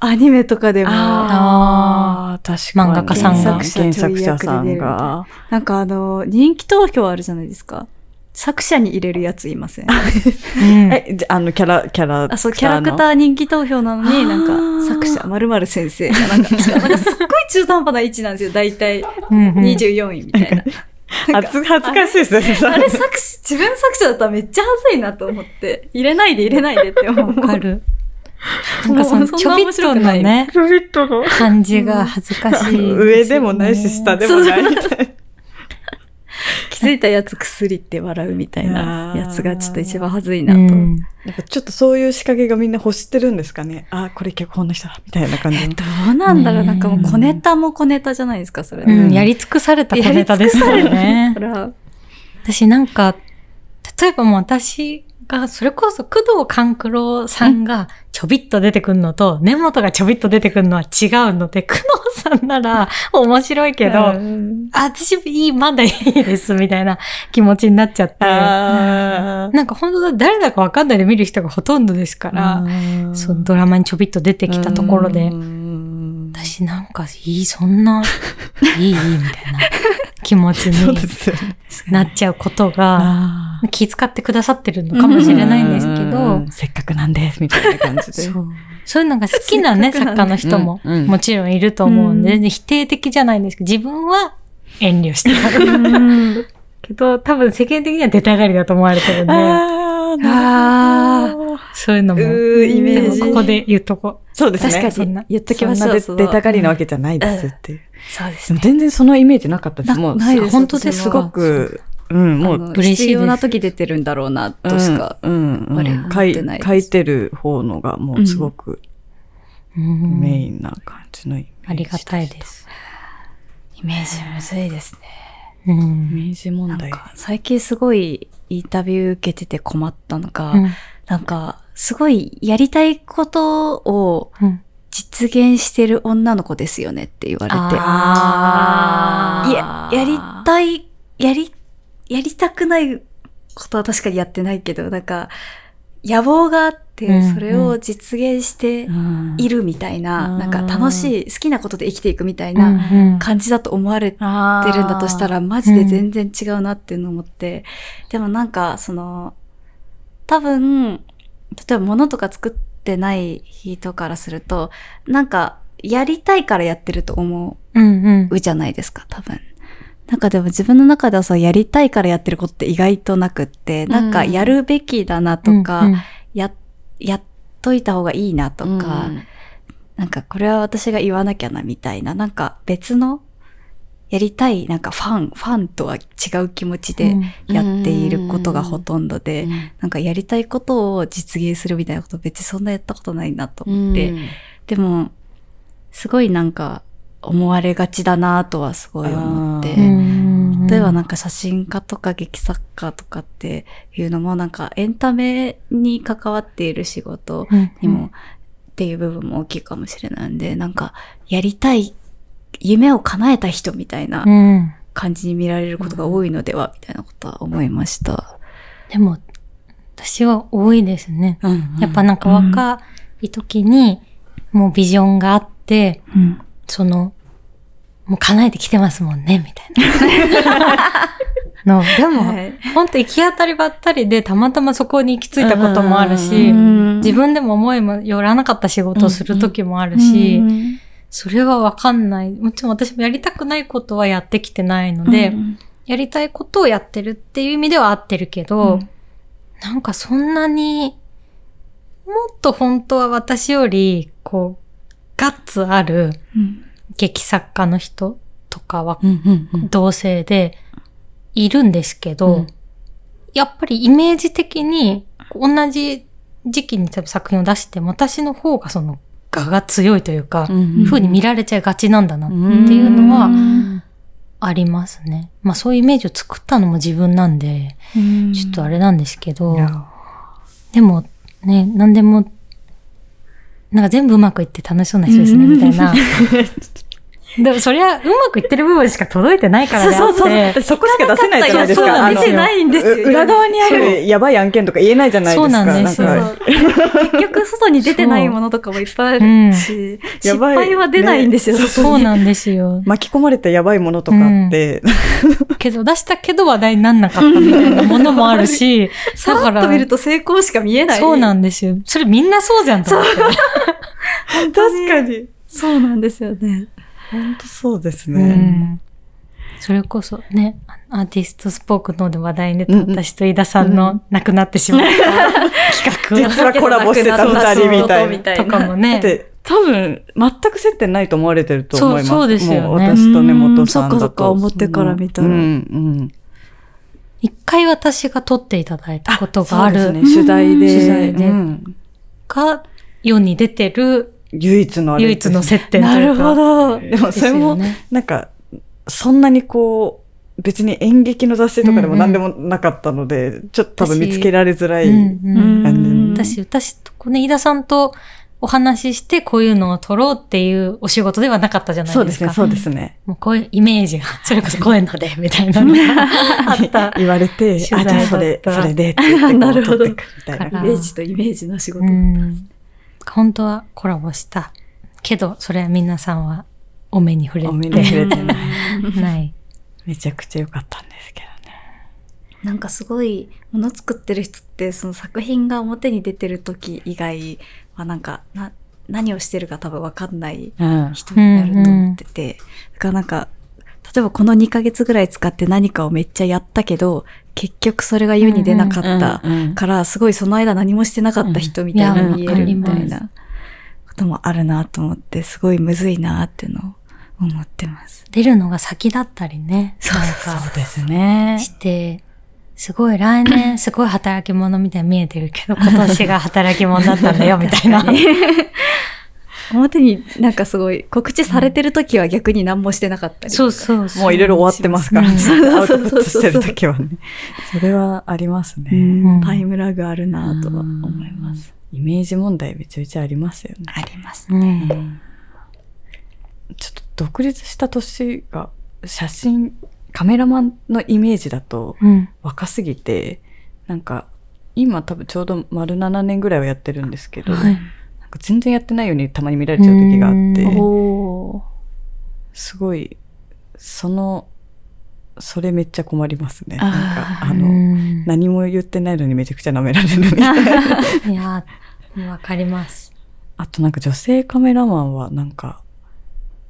Speaker 1: アニメとかでも。
Speaker 2: ああ、確か
Speaker 3: に。漫画家さんが。
Speaker 2: 原作者さんが。
Speaker 1: なんかあの、人気投票あるじゃないですか。作者に入れるやついません。
Speaker 2: え、あの、キャラ、キャラ。
Speaker 1: あ、そう、キャラクター人気投票なのに、なんか、作者、〇〇先 [LAUGHS] 生なんか、なんかすっごい中途半端な位置なんですよ。大体、24位みたい [LAUGHS] な。
Speaker 2: 恥ずかしいですね。
Speaker 1: あれ、作詞、自分作者だったらめっちゃ恥ずいなと思って、入れないで入れないでって思う。
Speaker 3: わかる。なんかそのちょびっとのね、
Speaker 2: ちょびっとの
Speaker 3: 感じが恥ずかし [LAUGHS] い。
Speaker 2: 上でもないし、下でもないみたいな。
Speaker 1: [LAUGHS] 気づいたやつ薬って笑うみたいなやつがちょっと一番はずいなと。うん、
Speaker 2: なんかちょっとそういう仕掛けがみんな欲してるんですかね。あ、これ脚本の人だ、みたいな感じ。 [LAUGHS] え
Speaker 1: どうなんだろう。なんかもう小ネタも小ネタじゃないですか、それ。
Speaker 3: うん、やり尽くされた小ネタですよね。 [LAUGHS] 私なんか、例えばもう私が、それこそ工藤官九郎さんがちょびっと出てくるのと、根本がちょびっと出てくるのは違うので、工 [LAUGHS] 藤さんなら面白いけど、あ、私いい、まだいいですみたいな気持ちになっちゃって、なんか本当だ、誰だかわかんないで見る人がほとんどですから、そのドラマにちょびっと出てきたところで、私なんかいい、そん [LAUGHS] な、いい、いい、みたいな気持ちになっちゃうことが、気遣ってくださってるのかもしれないんですけど。
Speaker 2: せっかくなんです、みたいな感じで。
Speaker 3: そう。そういうのが好きなね、作家の人も、もちろんいると思うんで、全然否定的じゃないんですけど、自分は遠慮してる。 [LAUGHS] けど、多分世間的には出たがりだと思われてるんで。ああ、そういうのも。イメージ。ここで言っとこ
Speaker 2: う。そうですね。
Speaker 1: 確かに。言っときましょう。
Speaker 2: 出たがりなわけじゃないですっていう。
Speaker 1: そうですね。
Speaker 2: 全然そのイメージなかったです。もう、
Speaker 3: 本当です
Speaker 2: ごく。うん、もう
Speaker 1: 嬉しい必要な時出てるんだろうな、としか、
Speaker 2: うん、うん、書い書いてる方のがもうすごく、メインな感じのイメージ、
Speaker 3: ありがたいです。
Speaker 1: イメージむずいですね。
Speaker 2: うん、イメージ問題。
Speaker 1: 最近すごいインタビュー受けてて困ったのが、うん、なんか、すごいやりたいことを、実現してる女の子ですよねって言われて。あや、やりたい、やりやりたくないことは確かにやってないけど、なんか、野望があって、それを実現しているみたいな、なんか楽しい、好きなことで生きていくみたいな感じだと思われてるんだとしたら、マジで全然違うなっていうのを思って、でもなんか、その、多分、例えば物とか作ってない人からすると、なんか、やりたいからやってると思うじゃないですか、多分。なんかでも自分の中ではそうやりたいからやってることって意外となくって、なんかやるべきだなとか、うんうん、や、やっといた方がいいなとか、うん、なんかこれは私が言わなきゃなみたいな、なんか別のやりたい、なんかファン、ファンとは違う気持ちでやっていることがほとんどで、なんかやりたいことを実現するみたいなこと別にそんなやったことないなと思って、でも、すごいなんか思われがちだなとはすごい思って、例えばなんか写真家とか劇作家とかっていうのもなんかエンタメに関わっている仕事にも、っていう部分も大きいかもしれないんで、なんかやりたい、夢を叶えた人みたいな感じに見られることが多いのでは、みたいなことは思いました。
Speaker 3: でも、私は多いですね。うんうん、やっぱなんか若い時に、もうビジョンがあって、うん、その、もう叶えてきてますもんね、みたいな。 [LAUGHS] のでも、はい、ほんと行き当たりばったりで、たまたまそこに行き着いたこともあるし、自分でも思いもよらなかった仕事をする時もあるし、うんうん、それはわかんない。もちろん私もやりたくないことはやってきてないので、うん、やりたいことをやってるっていう意味では合ってるけど、うん、なんかそんなに、もっと本当は私より、こう、ガッツある劇作家の人とかは同性でいるんですけど、やっぱりイメージ的に同じ時期に多分作品を出しても私の方がその画が強いというか、風に見られちゃいがちなんだなっていうのはありますね。まあそういうイメージを作ったのも自分なんで、ちょっとあれなんですけど、でもね、何でもなんか全部うまくいって楽しそうな人ですね、みた
Speaker 1: [LAUGHS]
Speaker 3: いな。でもそりゃ、うまくいってる部分しか届いてないからね。
Speaker 2: そうそうそう。そこしか出せないじゃないですか。
Speaker 1: そう出てないんですよ。
Speaker 2: 裏側にあるやばい案件とか言えないじゃないですか。そうなんですよ。
Speaker 1: 結局、外に出てないものとかもいっぱいあるし、失敗は出ないんですよ。
Speaker 3: そうなんですよ。
Speaker 2: 巻き込まれたやばいものとかって。
Speaker 3: けど、出したけど話題になんなかったみたいなものもあるし、
Speaker 1: [LAUGHS] さらっと見ると成功しか見えない。
Speaker 3: そうなんですよ。それみんなそうじゃんと思って。
Speaker 2: 確かに。
Speaker 1: そうなんですよね。
Speaker 2: [LAUGHS] 本当そうですね、うん。、
Speaker 3: それこそね、アーティストスポークので話題に出た私と飯田さんの亡くなってしまった
Speaker 2: うん、企画。実はコラボしてた二人みたいな。
Speaker 3: とかも
Speaker 2: [LAUGHS]
Speaker 3: ね。
Speaker 2: だって多分、全く接点ないと思われてると思います。
Speaker 3: そうそうですよね。
Speaker 2: 私と根本さんだと。そっかそっ
Speaker 1: か、表から見たら。うん、うん。
Speaker 3: 一回私が撮っていただいたことがある。そう
Speaker 2: ですね、取材で。
Speaker 3: 取材で。が、世に出てる
Speaker 2: 唯一の
Speaker 3: 唯一の接点
Speaker 1: なるほど。
Speaker 2: [LAUGHS] でもそれも、ね、なんか、そんなにこう、別に演劇の雑誌とかでも何でもなかったので、うんうん、ちょっと多分見つけられづらい
Speaker 3: 感じ。私、私と、こね、飯田さんとお話しして、こういうのを撮ろうっていうお仕事ではなかったじゃないですか。
Speaker 2: そうですね、そうですね。
Speaker 3: もうこういうイメージが、 [LAUGHS] それこそこういうので、みたいなのがあった。
Speaker 2: 言われて、あ、じゃあそれ、それでって言って
Speaker 1: なるほど。イメージとイメージの仕事だったんですね。
Speaker 3: 本当はコラボした。けど、それは皆さんはお目に触れて。お。
Speaker 2: 目に触れてない
Speaker 3: [LAUGHS] ない。
Speaker 2: めちゃくちゃ良かったんですけどね。
Speaker 1: なんかすごい、もの作ってる人って、その作品が表に出てる時以外はなんか、な、何をしてるか多分わかんない人になると思ってて。だからなんか、例えばこの2ヶ月ぐらい使って何かをめっちゃやったけど、結局それが世に出なかったから、すごいその間何もしてなかった人みたいな見えるみたいなこともあるなと思って、すごいむずいなっていうのを思ってます。
Speaker 3: 出るのが先だったりね。
Speaker 2: そうそうですね。
Speaker 3: して、すごい
Speaker 2: [COUGHS]
Speaker 3: 来年すごい働き者みたいに見えてるけど、今年が働き者だった
Speaker 2: [LAUGHS]
Speaker 3: んだよみたいな。
Speaker 1: 表になんかすごい告知されてる時は逆に何もしてなかったり、うん、
Speaker 3: そうそうそう
Speaker 2: もういろいろ終わってますからね。アウトプットしてる時はね。それはありますね。
Speaker 1: タイムラグあるなとは思います。
Speaker 2: イメージ問題めちゃめちゃありますよね。
Speaker 1: ありますね。うん、
Speaker 2: ちょっと独立した年が写真、カメラマンのイメージだと若すぎて、うん、なんか今多分ちょうど丸7年ぐらいはやってるんですけど、なんか全然やってないようにたまに見られちゃう時があってすごいそのそれめっちゃ困りますね。なんか、あの、何も言ってないのにめちゃくちゃ舐められるみたい [LAUGHS]
Speaker 1: [LAUGHS]
Speaker 2: な。
Speaker 3: いやわかります。
Speaker 2: あとなんか女性カメラマンはなんか、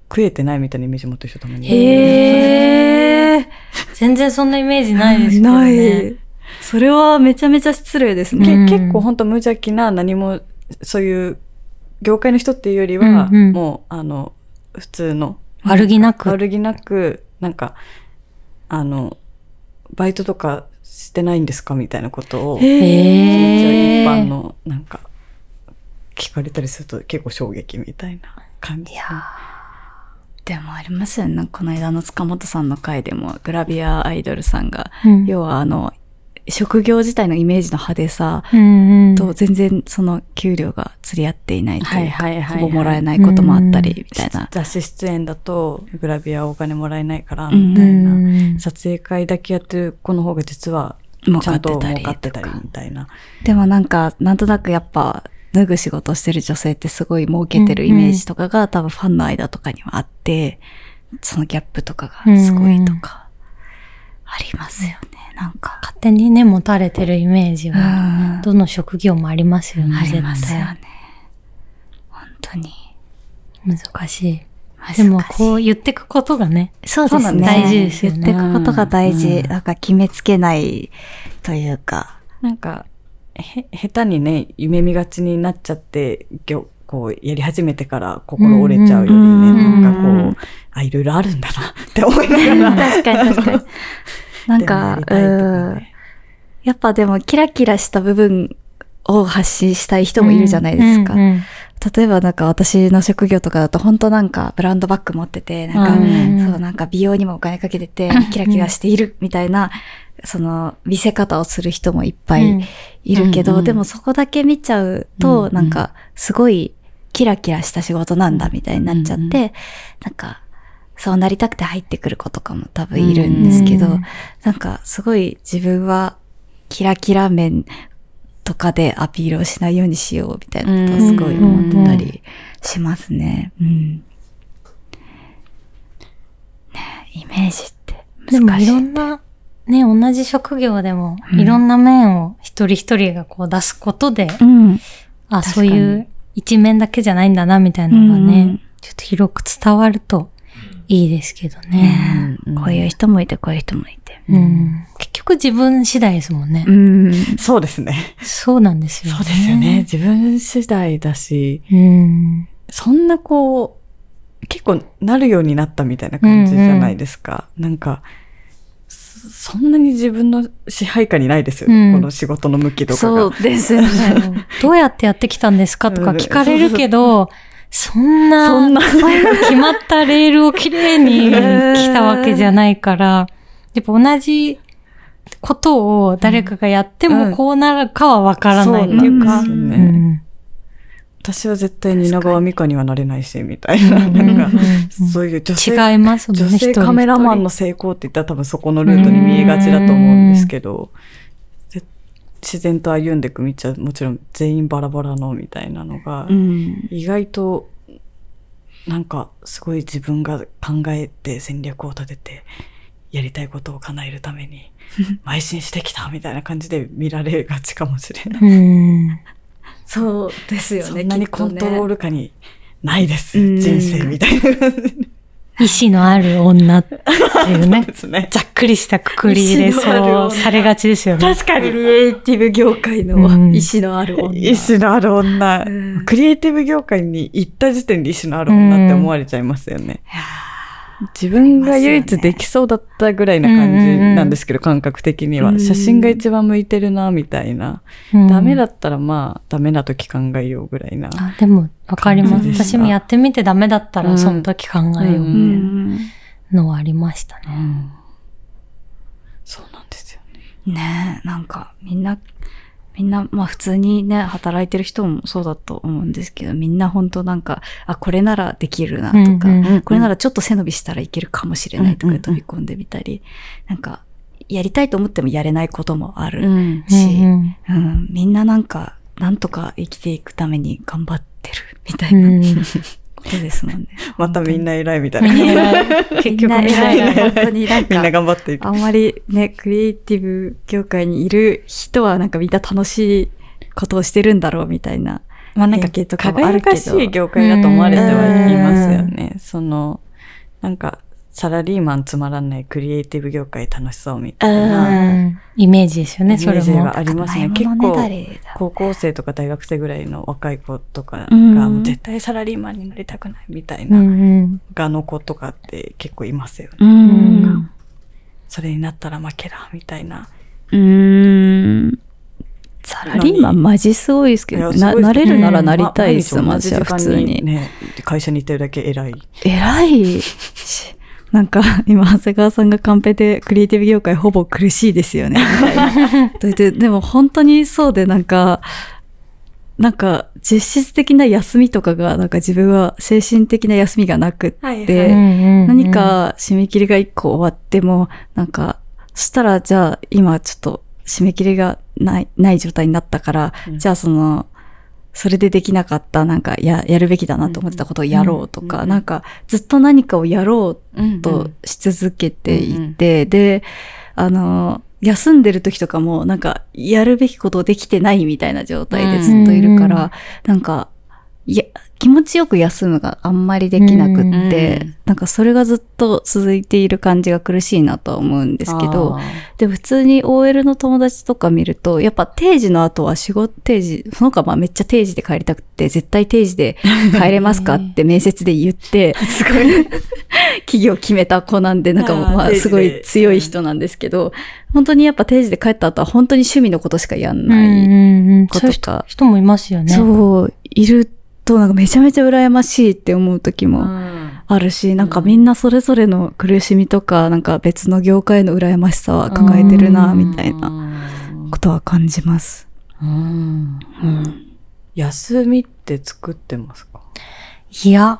Speaker 2: 食えてないみたいなイメージ持ってる人たまに。
Speaker 3: へ
Speaker 1: [LAUGHS]
Speaker 3: ー。全然そんなイメージないですけどね。ない。
Speaker 1: それはめちゃめちゃ失礼ですね。
Speaker 2: うん、結構本当無邪気な何も、そういう業界の人っていうよりは、うんうん、もう、あの、普通の。
Speaker 3: 悪気なく。
Speaker 2: 悪気なく、なんか、あの、バイトとかしてないんですかみたいなことを、一般の、なんか、聞かれたりすると結構衝撃みたいな感じ、ね。いや
Speaker 1: でもありますよね。この間の塚本さんの回でも、グラビアアイドルさんが、うん、要はあの、職業自体のイメージの派手さと全然その給料が釣り合っていないというか、ほぼもらえないこともあったりみたいな。
Speaker 2: 雑誌出演だとグラビアお金もらえないからみたいな、撮影会だけやってる子の方が実はちゃんと儲かってたりみたいな。
Speaker 1: でもなんか、なんとなくやっぱ脱ぐ仕事してる女性ってすごい儲けてるイメージとかが、うん、多分ファンの間とかにはあって、そのギャップとかがすごいとか、ありますよね。なんか。
Speaker 3: 勝手にね、持たれてるイメージは、どの職業もありますよね。
Speaker 1: ありますよね。本当に。
Speaker 3: 難しい。でも、こう言ってくことがね。
Speaker 1: そうですね。
Speaker 3: 大事ですよね。
Speaker 1: 言ってくことが大事。なんか決めつけないというか。
Speaker 2: なんか、へ、下手にね、夢見がちになっちゃって、ぎょこう、やり始めてから心折れちゃうよりね、なんかこう、あ、いろいろあるんだな [LAUGHS] って思いながら。
Speaker 1: 確かに確かに。 [LAUGHS] なんか、ね、うん。やっぱでも、キラキラした部分を発信したい人もいるじゃないですか。例えばなんか私の職業とかだと本当なんかブランドバッグ持ってて、なんか、そうなんか美容にもお金かけてて、キラキラしているみたいな、その見せ方をする人もいっぱいいるけど、でもそこだけ見ちゃうと、なんかすごいキラキラした仕事なんだみたいになっちゃって、なんかそうなりたくて入ってくる子とかも多分いるんですけど、んなんかすごい自分はキラキラ面とかでアピールをしないようにしようみたいなことをすごい思ってたりしますね。うん。ねイメージって難しい。でも
Speaker 3: いろんな、ね、同じ職業でも、いろんな面を一人一人がこう出すことで、うん、あ、そういう一面だけじゃないんだなみたいなのがね、うん、ちょっと広く伝わるといいですけどね。
Speaker 1: こういう人もいて、こういう人もいて。
Speaker 3: うん、結局自分次第ですもんね。
Speaker 2: うん、 [LAUGHS] そうですね。
Speaker 3: そうなんですよ
Speaker 2: ね。そうですよね。自分次第だし、うん、そんなこう、結構なるようになったみたいな感じじゃないですか。うんうん、なんか、そんなに自分の支配下にないですよね。うん、この仕事の向きとか
Speaker 1: が。そうですね。
Speaker 3: どうやってやってきたんですかとか聞かれるけど、そんな、そんな
Speaker 2: [LAUGHS]
Speaker 3: 決まったレールをきれいに来たわけじゃないから、やっぱ同じことを誰かがやってもこうなるかはわからないっていうか。
Speaker 2: 私は絶対蜷川美香にはなれないし、みたいな。なんか、そういう女
Speaker 3: 性、違いますもんね、
Speaker 2: 女性カメラマンの成功って言ったら多分そこのルートに見えがちだと思うんですけど、自然と歩んでいく道はもちろん全員バラバラのみたいなのが、うん、意外となんかすごい自分が考えて戦略を立ててやりたいことを叶えるため [LAUGHS] に邁進してきたみたいな感じで見られがちかもしれない。
Speaker 1: うん、そうですよね。
Speaker 2: そんなにコントロール下にないです、ね、人生みたいな感じ。
Speaker 3: 意志のある女っていうね。
Speaker 2: [LAUGHS]
Speaker 3: ねざっくりしたくくりでそうされがちですよ
Speaker 1: ね。確かに。クリエイティブ業界の意志のある女。うん、
Speaker 2: 意志のある女。クリエイティブ業界に行った時点で意志のある女って思われちゃいますよね。うん、自分が唯一できそうだったぐらいな感じなんですけど、感覚的には。写真が一番向いてるな、みたいな。うん、ダメだったらまあ、ダメな時考えようぐらいな。
Speaker 3: あ、でも、わかります。私もやってみてダメだったら、その時考えようみたいなのはありましたね。うんうん、
Speaker 2: そうなんですよ
Speaker 1: ね。ねえ、なんか、みんな、みんな、まあ普通にね、働いてる人もそうだと思うんですけど、みんな本当なんか、あ、これならできるなとか、これならちょっと背伸びしたらいけるかもしれないとか飛び込んでみたり、なんか、やりたいと思ってもやれないこともあ
Speaker 2: う
Speaker 1: る
Speaker 2: ん。
Speaker 1: し、
Speaker 3: うんうん
Speaker 1: うんみんななんか、なんとか生きていくために頑張ってるみたいうなんことですもんね。
Speaker 2: またみんな偉いみたい
Speaker 3: み
Speaker 2: な。
Speaker 3: んな結局
Speaker 1: みんな
Speaker 3: 偉い
Speaker 1: 偉い
Speaker 3: な。
Speaker 1: 本当になん
Speaker 2: [LAUGHS] みんな
Speaker 1: か、
Speaker 2: 頑張っている。
Speaker 1: あんまりね、クリエイティブ業界にいる人はなんかみんな楽しいことをしてるんだろうみたいな。
Speaker 2: まあ
Speaker 1: なんか
Speaker 2: 輝かしい業界だと思われてはいますよね。その、なんか、サラリーマンつまらないクリエイティブ業界楽しそうみたいな
Speaker 3: うんイメージですよ
Speaker 2: イメ
Speaker 3: ね、そ
Speaker 2: ー
Speaker 3: れ
Speaker 2: ジ
Speaker 3: も
Speaker 2: は。ありますね。
Speaker 1: 甘い
Speaker 2: 結
Speaker 1: ものねだ
Speaker 2: 構、
Speaker 1: りだ
Speaker 2: 高校生とか大学生ぐらいの若い子とか
Speaker 1: う
Speaker 2: が、
Speaker 1: ん
Speaker 2: もう絶対サラリーマンになりたくないみたい
Speaker 3: うん
Speaker 2: な、
Speaker 3: うん
Speaker 2: がの子とかって結構いますよね。
Speaker 1: うん
Speaker 3: うん
Speaker 2: それになったら負けだ、みたいな。
Speaker 4: うーん。サラリーマンマジすごいですけ
Speaker 2: い
Speaker 4: ど、
Speaker 2: やすご
Speaker 4: ない
Speaker 2: で
Speaker 4: な
Speaker 2: すね
Speaker 4: れるなら
Speaker 3: うん
Speaker 4: なりたいです
Speaker 2: まあ
Speaker 4: もん、
Speaker 2: 毎日
Speaker 4: 私は普通に。
Speaker 2: ね、会社にいてるだけ偉い。
Speaker 1: 偉いし、なんか [LAUGHS] 今、長谷川さんがカンペでクリエイティブ業界ほぼ苦しいですよね、みたい
Speaker 2: [LAUGHS]
Speaker 1: な。と言ってでも本当にそうでなんか、なんか実質的な休みとかが、なんか自分は精神的な休みがなくって、
Speaker 2: はいはい
Speaker 3: うんうん
Speaker 1: 何、か締め切りが一個終わっても、なんか、そしたらじゃあ今ちょっと締め切りがない、ない状態になったから、
Speaker 2: うん
Speaker 1: じゃあその、それでできなかった、なんかや、やるべきだなと思ってたことをやろうと
Speaker 2: うん
Speaker 1: か、
Speaker 2: うん
Speaker 1: なんかずっと何かをやろう
Speaker 2: と
Speaker 1: とし続けていて、で、あの、休んでる時とかも、なんか、やるべきことをできてないみたいな状態でずっといるから、
Speaker 3: うんう
Speaker 1: なんか、いや、気持ちよく休むがあんまりできなくって、
Speaker 2: うん
Speaker 1: なんかそれがずっと続いている感じが苦しいなとは思うんで
Speaker 2: です
Speaker 1: けど、、でも普通に OL の友達とか見ると、やっぱ定時の後は仕事定時、その他まあめっちゃ定時で帰りたくて、絶対定時で帰れますかって面接で言って、すごい、 [LAUGHS] 企業決めた子なんで、なんかもう
Speaker 2: あー
Speaker 1: まあ
Speaker 2: 定時です
Speaker 1: ごい強い人なんですけど、本当にやっぱ定時で帰った後は本当に趣味のことしかやん
Speaker 3: うんう
Speaker 1: ない
Speaker 3: んうん
Speaker 1: 子
Speaker 3: そういう
Speaker 1: と
Speaker 3: 人
Speaker 1: か、
Speaker 3: 人もいますよね。
Speaker 1: そう、いるとなんかめちゃめちゃ羨ましいって思う時も、あるし、なんかみんなそれぞれの苦しみとか、なんか別の業界の羨ましさは抱えてるな、みたいなことは感じます。
Speaker 2: うん。
Speaker 1: うん。
Speaker 2: 休みって作ってますか
Speaker 3: いや、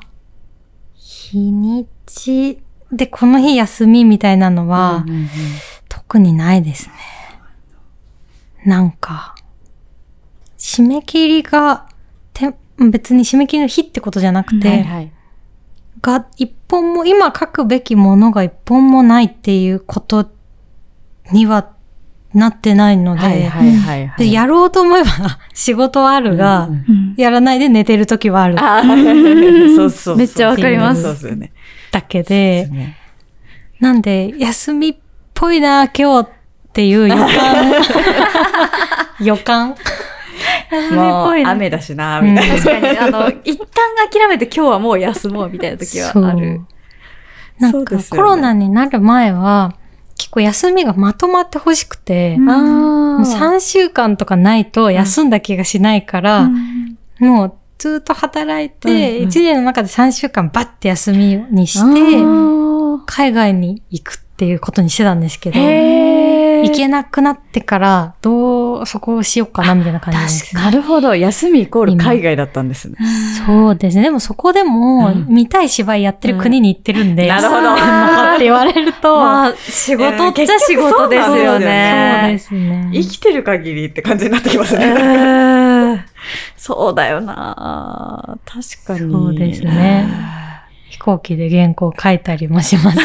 Speaker 3: 日にちでこの日休みみたいなのは、
Speaker 2: うんうんうん
Speaker 3: 特にないですね。なんか、締め切りが、て別に締め切りの日ってことじゃなくて、
Speaker 2: はい。
Speaker 3: が一本も、今書くべきものが一本もないっていうことにはなってないので、
Speaker 2: はいはいはいはい。
Speaker 3: でやろうと思えば [LAUGHS] 仕事はあるが、
Speaker 2: うんうん
Speaker 3: やらないで寝てる時はある
Speaker 2: あー [LAUGHS] そうそうそう。
Speaker 1: めっちゃわ
Speaker 3: かります
Speaker 2: そうですよね。
Speaker 3: だけで、なんで、休みっぽいな、今日っていう予感。
Speaker 1: [LAUGHS]
Speaker 3: 予感。
Speaker 2: もう雨だしな、みたいな。
Speaker 1: 確かに、あの、一旦諦めて今日はもう休もうみたいな時はある。
Speaker 3: な
Speaker 2: そうんですよ
Speaker 3: か
Speaker 2: ね
Speaker 3: コロナになる前は、結構休みがまとまってほしくて、
Speaker 1: うん
Speaker 3: も
Speaker 1: あ
Speaker 3: う3週間とかないと休んだ気がしないから、もうずっと働いて、
Speaker 2: うんうん
Speaker 3: 1年の中で3週間バッて休みにし
Speaker 1: あ
Speaker 3: て、
Speaker 1: ー
Speaker 3: 海外に行くっていうことにしてたんですけど、
Speaker 1: へー
Speaker 3: 行けなくなってから、どう、そこをしようかなみたいな感じなんです
Speaker 1: 確
Speaker 3: ね
Speaker 1: か
Speaker 2: なるほど。休みイコール海外だったんですね。
Speaker 3: そうですね。でもそこでも、
Speaker 2: うん
Speaker 3: 見たい芝居やってる国に行ってるんで、
Speaker 2: うんなるほど
Speaker 3: [LAUGHS] そうなのかって言われると、
Speaker 1: まあ、仕事っちゃ仕事です
Speaker 2: そうな
Speaker 1: よ
Speaker 2: んで
Speaker 1: ね。
Speaker 3: そうですね。
Speaker 2: 生きてる限りって感じになってきます
Speaker 1: う
Speaker 2: ね。
Speaker 1: ん
Speaker 2: [LAUGHS] そうだよな確かに。
Speaker 3: そうですね。飛行機で原稿書いたりもします、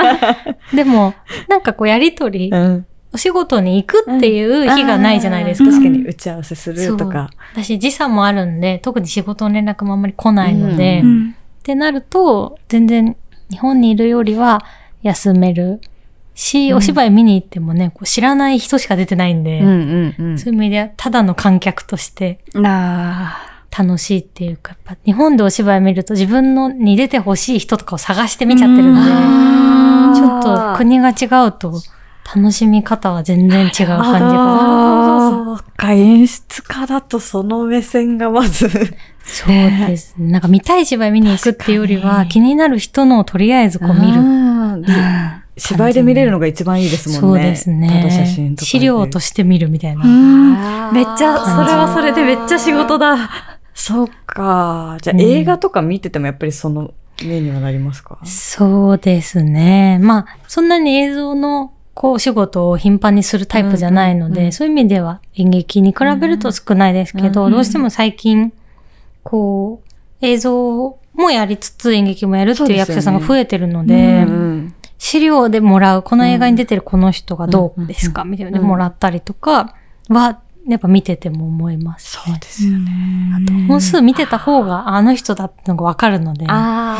Speaker 3: [LAUGHS] でも、なんかこうやりとり、
Speaker 2: うん。
Speaker 3: お仕事に行くっていう日がないじゃないですか。
Speaker 2: 確かに打ち合わせするとか。
Speaker 3: 私時差もあるんで、特に仕事の連絡もあんまり来ないので、
Speaker 2: う
Speaker 1: うん
Speaker 3: ってなると、全然日本にいるよりは休めるし、お芝居見に行ってもね、こう知らない人しか出てないんで、
Speaker 2: んうんうん
Speaker 3: そういう意味ではただの観客として
Speaker 1: なあ。
Speaker 3: 楽しいっていうか、やっぱ日本でお芝居見ると自分のに出てほしい人とかを探して見ちゃってるんで、
Speaker 1: うん
Speaker 3: ちょっと国が違うと楽しみ方は全然違う感じが。
Speaker 2: あーそうか、演出家だとその目線がまず。
Speaker 3: そうですね。なんか見たい芝居見に行くっていうより
Speaker 2: 確か
Speaker 3: は、
Speaker 2: に
Speaker 3: 気になる人のをとりあえずこう見る
Speaker 2: る。芝居で見れるのが一番いいですもんね。
Speaker 3: そうです
Speaker 2: ただ写
Speaker 3: ね
Speaker 2: 真。とか。
Speaker 3: 資料と
Speaker 2: して。
Speaker 3: して見るみたいな。
Speaker 1: うんめ
Speaker 2: め
Speaker 1: っちゃ、それはそれでめっちゃ仕事だ。
Speaker 2: そうか。じゃあ
Speaker 3: うん
Speaker 2: 映画とか見ててもやっぱりその目にはなりますか
Speaker 3: そうですね。まあ、そんなに映像のこうお仕事を頻繁にするタイプじゃないので、
Speaker 2: うんうんうん
Speaker 3: そういう意味では演劇に比べると少ないですけど、
Speaker 2: うんうん
Speaker 3: どうしても最近、こう、映像もやりつつ演劇もやるって
Speaker 2: そう
Speaker 3: いう
Speaker 2: ですよ
Speaker 3: 役
Speaker 2: ね
Speaker 3: 者さんが増えてるの
Speaker 2: う
Speaker 3: で、
Speaker 2: ん
Speaker 3: 資料でもらう、この映画に出てるこの人がどうですか、
Speaker 2: う
Speaker 3: みたいなの
Speaker 2: うん
Speaker 3: もらったりとかは、やっぱ見てても思います、
Speaker 2: そうですよね。
Speaker 3: 本数見てた方があの人だってのがわかるので、
Speaker 1: あ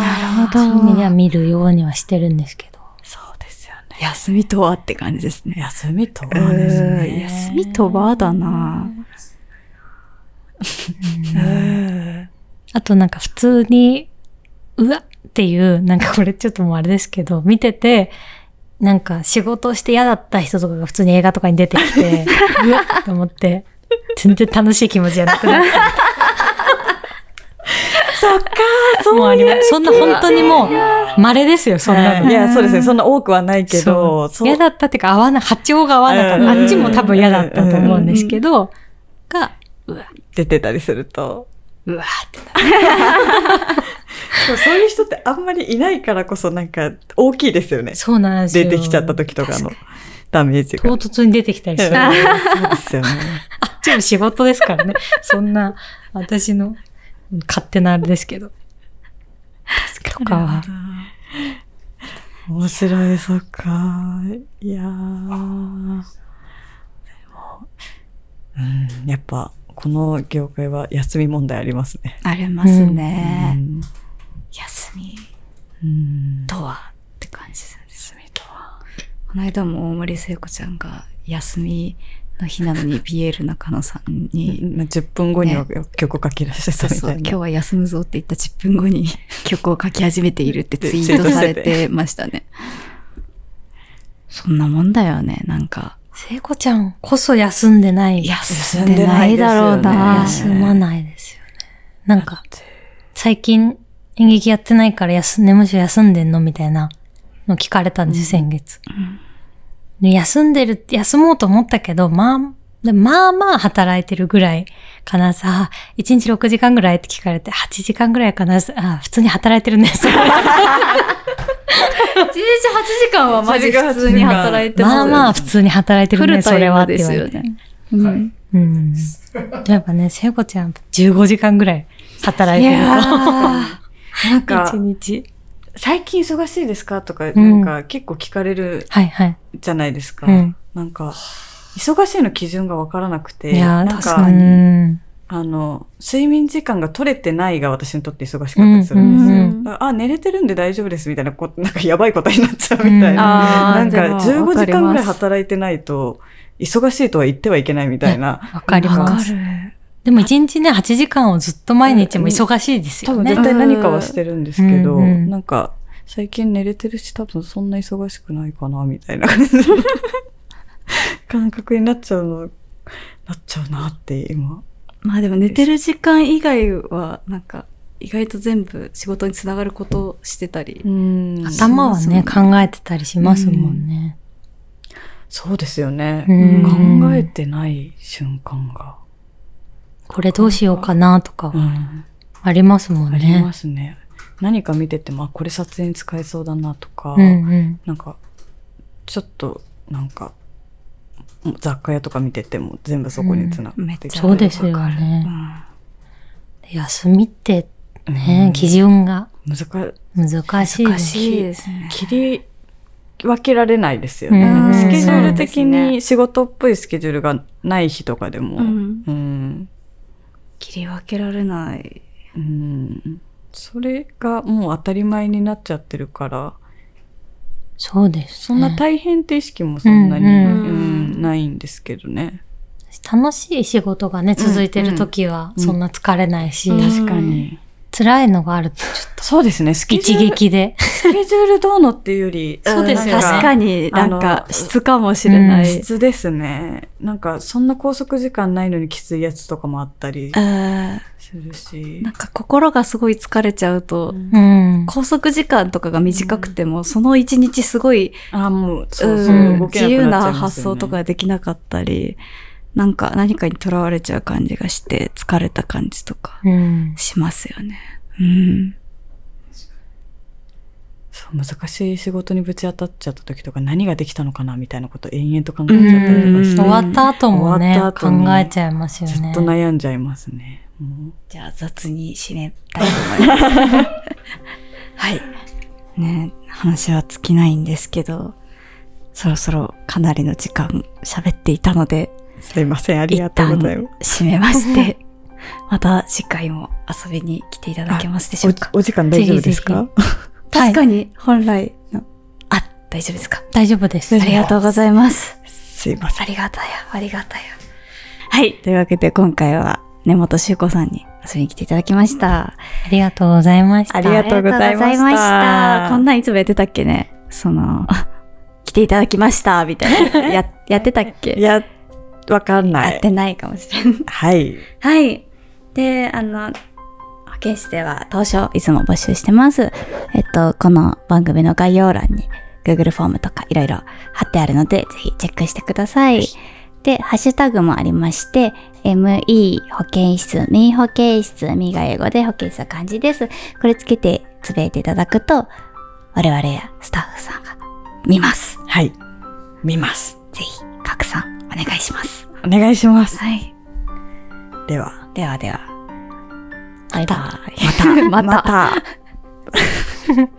Speaker 3: そういう意味では見るようにはしてるんですけど。
Speaker 2: そうですよね。
Speaker 1: あ。休みとはって感じですね。
Speaker 2: 休みとはです
Speaker 1: うーん
Speaker 2: ね。
Speaker 1: 休みとはだな。
Speaker 2: うん
Speaker 3: あとなんか普通に、うわっていう、なんかこれちょっともうあれですけど、見てて、なんか仕事して嫌だった人とかが普通に映画とかに出てき [LAUGHS] て、うわっと思って、全然楽しい気持ちじゃなくなった。そっかもうあり [LAUGHS] ます。そんな本当にもう、稀ですよ、そんなの。
Speaker 2: いや、そうですね。そんな多くはないけ
Speaker 3: そう
Speaker 2: ど、そう
Speaker 3: 嫌だったっていうか、合わな、波長が合わなかっ
Speaker 2: うん
Speaker 3: た。あっちも多分嫌だったと思うんですけど、が、
Speaker 2: 出てたりすると。
Speaker 1: うわーってな
Speaker 2: でも [LAUGHS] そういう人ってあんまりいないからこそなんか大きいですよね。
Speaker 3: そうなんですよ。
Speaker 2: 出てきちゃった時とかのダメージが。
Speaker 3: 唐突に出てきたりして。
Speaker 2: そうですよね。
Speaker 3: ちも仕事ですからね。そんな、私の勝手なあれですけど。とかは。
Speaker 2: 面白い、そっか。いやー。でも、うん、やっぱ、この業界は休み問題ありますね。
Speaker 1: あります
Speaker 2: う
Speaker 1: ね。
Speaker 2: ん
Speaker 1: 休み
Speaker 2: うん
Speaker 1: とはって感じですね。休みとは。この間も大森聖子ちゃんが休みの日なのに BL 中野さんに
Speaker 2: まあ10分後には曲を書き出して
Speaker 1: そ
Speaker 2: た
Speaker 1: う
Speaker 2: み
Speaker 1: そう
Speaker 2: た
Speaker 1: 今
Speaker 2: い
Speaker 1: 日
Speaker 2: な。
Speaker 1: は休むぞって言った10分後 [LAUGHS] に曲を書き始めているって [LAUGHS] ツイートされてましたね。そんなもんだよね、なんか。
Speaker 3: 聖子ちゃんこそ休んでない。
Speaker 1: 休んでないだろうな。
Speaker 3: 休まないですよね。なんか、最近演劇やってないから休んで、むしろ休んでんのみたいなの聞かれたんです、先月。で休んでる、休もうと思ったけど、まあ、でまあまあ働いてるぐらいかなさ、1日6時間ぐらいって聞かれて、8時間ぐらいかなさ、あ普通に働いてるんです
Speaker 1: [LAUGHS]
Speaker 3: よ。
Speaker 1: 1日8時間はマジ普通に働いてます。
Speaker 3: まあまあ普通に働いてるね、それはって言われ
Speaker 1: フルタイ
Speaker 3: て
Speaker 1: ム。うん
Speaker 3: うん。やっぱね、聖子ちゃん15時間ぐらい働いてる
Speaker 2: なん
Speaker 3: から。1日。
Speaker 2: 最近忙しいですかとか、
Speaker 3: ん
Speaker 2: なんか結構聞かれる
Speaker 3: はいはい。
Speaker 2: じゃないですか。
Speaker 3: うん
Speaker 2: なんか、忙しいの基準がわからなくて、
Speaker 3: いや
Speaker 2: な
Speaker 3: ー、
Speaker 2: ん
Speaker 3: 確かに。
Speaker 2: あの、睡眠時間が取れてないが私にとって忙しかったりするんですよ。
Speaker 3: うん
Speaker 2: あ、寝れてるんで大丈夫ですみたいなこと、なんかやばいことになっちゃうみたいな。
Speaker 1: あ
Speaker 2: な
Speaker 1: ー
Speaker 2: んか
Speaker 1: でも
Speaker 2: 15
Speaker 1: わか
Speaker 2: 時
Speaker 1: り
Speaker 2: 間
Speaker 1: ま
Speaker 2: ぐらい
Speaker 1: す
Speaker 2: 働いてないと、忙しいとは言ってはいけないみたいな。
Speaker 3: わかり
Speaker 1: わか
Speaker 3: ます。
Speaker 1: る。
Speaker 3: でも一日ね、8時間をずっと毎日も忙しいです
Speaker 2: 多
Speaker 3: よ
Speaker 2: 分
Speaker 3: ね
Speaker 2: 絶。対何かはしてるんですけど、
Speaker 3: うんうん
Speaker 2: なんか最近寝れてるし多分そんな忙しくないかなみたいな [LAUGHS] 感じ感覚になっちゃうの、なっちゃうなって今。
Speaker 1: まあでも寝てる時間以外は、なんか、意外と全部仕事につながることをしてたり。
Speaker 3: 頭はね、考えてたりしますもんね。
Speaker 2: そうですよね。
Speaker 3: うん
Speaker 2: 考えてない瞬間が、
Speaker 3: これどうしようかなとか
Speaker 2: う、ん
Speaker 3: ありますもん
Speaker 2: ありま
Speaker 3: ね。
Speaker 2: すね。何か見てても、あ、これ撮影に使えそうだなとか、
Speaker 3: うんうん。
Speaker 2: なんか、ちょっと、なんか、雑貨屋とか見てても全部そこにつなが
Speaker 1: めっ
Speaker 2: って
Speaker 1: ちゃ
Speaker 3: そうですよ
Speaker 1: う
Speaker 3: ね。
Speaker 1: ん
Speaker 3: 休みって
Speaker 2: う
Speaker 3: ね
Speaker 2: ん、
Speaker 3: 基準が
Speaker 2: 難し
Speaker 3: 難しい
Speaker 1: お
Speaker 3: で
Speaker 1: か
Speaker 3: す。
Speaker 1: しいですね。
Speaker 2: 切り分けられないですよね。
Speaker 3: う
Speaker 2: な
Speaker 3: ん
Speaker 2: んかスケジュー
Speaker 3: うん
Speaker 2: ル的に仕事っぽいスケジュールがない日とかでも、
Speaker 1: うん
Speaker 2: うん
Speaker 1: 切り分けられない。
Speaker 2: うんそれがもう当たり前になっちゃってるから、
Speaker 3: そうです。
Speaker 2: そんな大変って意識もそんなに、
Speaker 3: うん
Speaker 2: うん
Speaker 1: うん
Speaker 2: ないんですけどね。
Speaker 3: 楽しい仕事がね、続いてる時は、
Speaker 2: うん
Speaker 3: そんな疲れないし、
Speaker 1: うん
Speaker 2: 確かに。
Speaker 3: 辛いのがあると、ちょっ
Speaker 2: そうですね、ス [LAUGHS]
Speaker 3: と
Speaker 2: ケジ
Speaker 3: 一
Speaker 2: ュール、
Speaker 3: 撃で。
Speaker 2: スケジュールどうのっていうより、
Speaker 3: そうですよね
Speaker 2: ん
Speaker 1: 確かになん
Speaker 2: あ
Speaker 1: か
Speaker 2: の
Speaker 1: 質かもしれな
Speaker 3: うん
Speaker 1: い。
Speaker 2: 質ですね。なんか、そんな拘束時間ないのにきついやつとかもあったり
Speaker 1: うん
Speaker 2: するし
Speaker 1: なん。か心がすごい疲れちゃうと、
Speaker 3: うん。
Speaker 1: 拘束時間とかが短くても、その一日すごい、
Speaker 2: あ、もう、そうそうう、
Speaker 1: ん
Speaker 2: 動け
Speaker 1: 自
Speaker 2: な
Speaker 1: 由
Speaker 2: くなっち
Speaker 1: な
Speaker 2: ゃ
Speaker 1: い
Speaker 2: ま
Speaker 1: 発
Speaker 2: すよ
Speaker 1: 想
Speaker 2: ね
Speaker 1: とか。ができなかったり、なんか何かにとらわれちゃう感じがして、疲れた感じとか
Speaker 3: うん。
Speaker 1: しますよね。うん。
Speaker 2: そそう難しい仕事にぶち当たっちゃった時とか何ができたのかなみたいなこと延々と考えちゃったりとかして
Speaker 3: 終わった後もね
Speaker 2: 終わった後に
Speaker 3: 考えちゃいますよ
Speaker 2: ず
Speaker 3: ね
Speaker 2: っと悩んじゃいますね。もう
Speaker 1: じゃあ雑に締めたいと思います。はい。ね話は尽きないんですけど、そろそろかなりの時間喋っていたので、
Speaker 2: すいません、あり
Speaker 1: 一
Speaker 2: がとう
Speaker 1: 旦
Speaker 2: ございま
Speaker 1: 締めまして、また次回も遊びに来ていただけますでし
Speaker 2: す。
Speaker 1: ょうか。
Speaker 2: おお時間大丈夫ですか
Speaker 1: 確
Speaker 3: は
Speaker 1: かに本来の、あ、大丈夫ですか。
Speaker 3: い大丈夫です
Speaker 1: ありがとうございます。
Speaker 2: すいませ
Speaker 1: ありがたや、ありがたや。はい。というわけで今回は根本修子さんに遊びに来ていただきました。
Speaker 3: ありがとうございました
Speaker 2: ありがとうございました
Speaker 1: ありがとうございましたこんなんいつもやってたっけね。そ
Speaker 2: [LAUGHS]
Speaker 1: の、来ていただきました、みたいな。や、やってたっ
Speaker 2: ん。い
Speaker 1: け
Speaker 2: や、わかんな
Speaker 1: やっ
Speaker 2: い。
Speaker 1: てないかもしれない。
Speaker 2: はい。
Speaker 1: はい。で、あの、保健室では当初いつも募集してます。えっと、この番組の概要欄に Google フォームとかいろいろ貼ってあるので、ぜひチェックしてください。で、ハッシュタグもありまして、ME 保健室、ミー保健室、ミーが英語で保健室は漢字です。これつけてつぶやいていただくと、我々やスタッフさんが見ます。
Speaker 2: はい。見ます。
Speaker 1: ぜひ拡散お願いします。
Speaker 2: お願いします。
Speaker 1: はい。
Speaker 2: では、
Speaker 1: ではでは。バイバイ。
Speaker 2: [LAUGHS] また。また。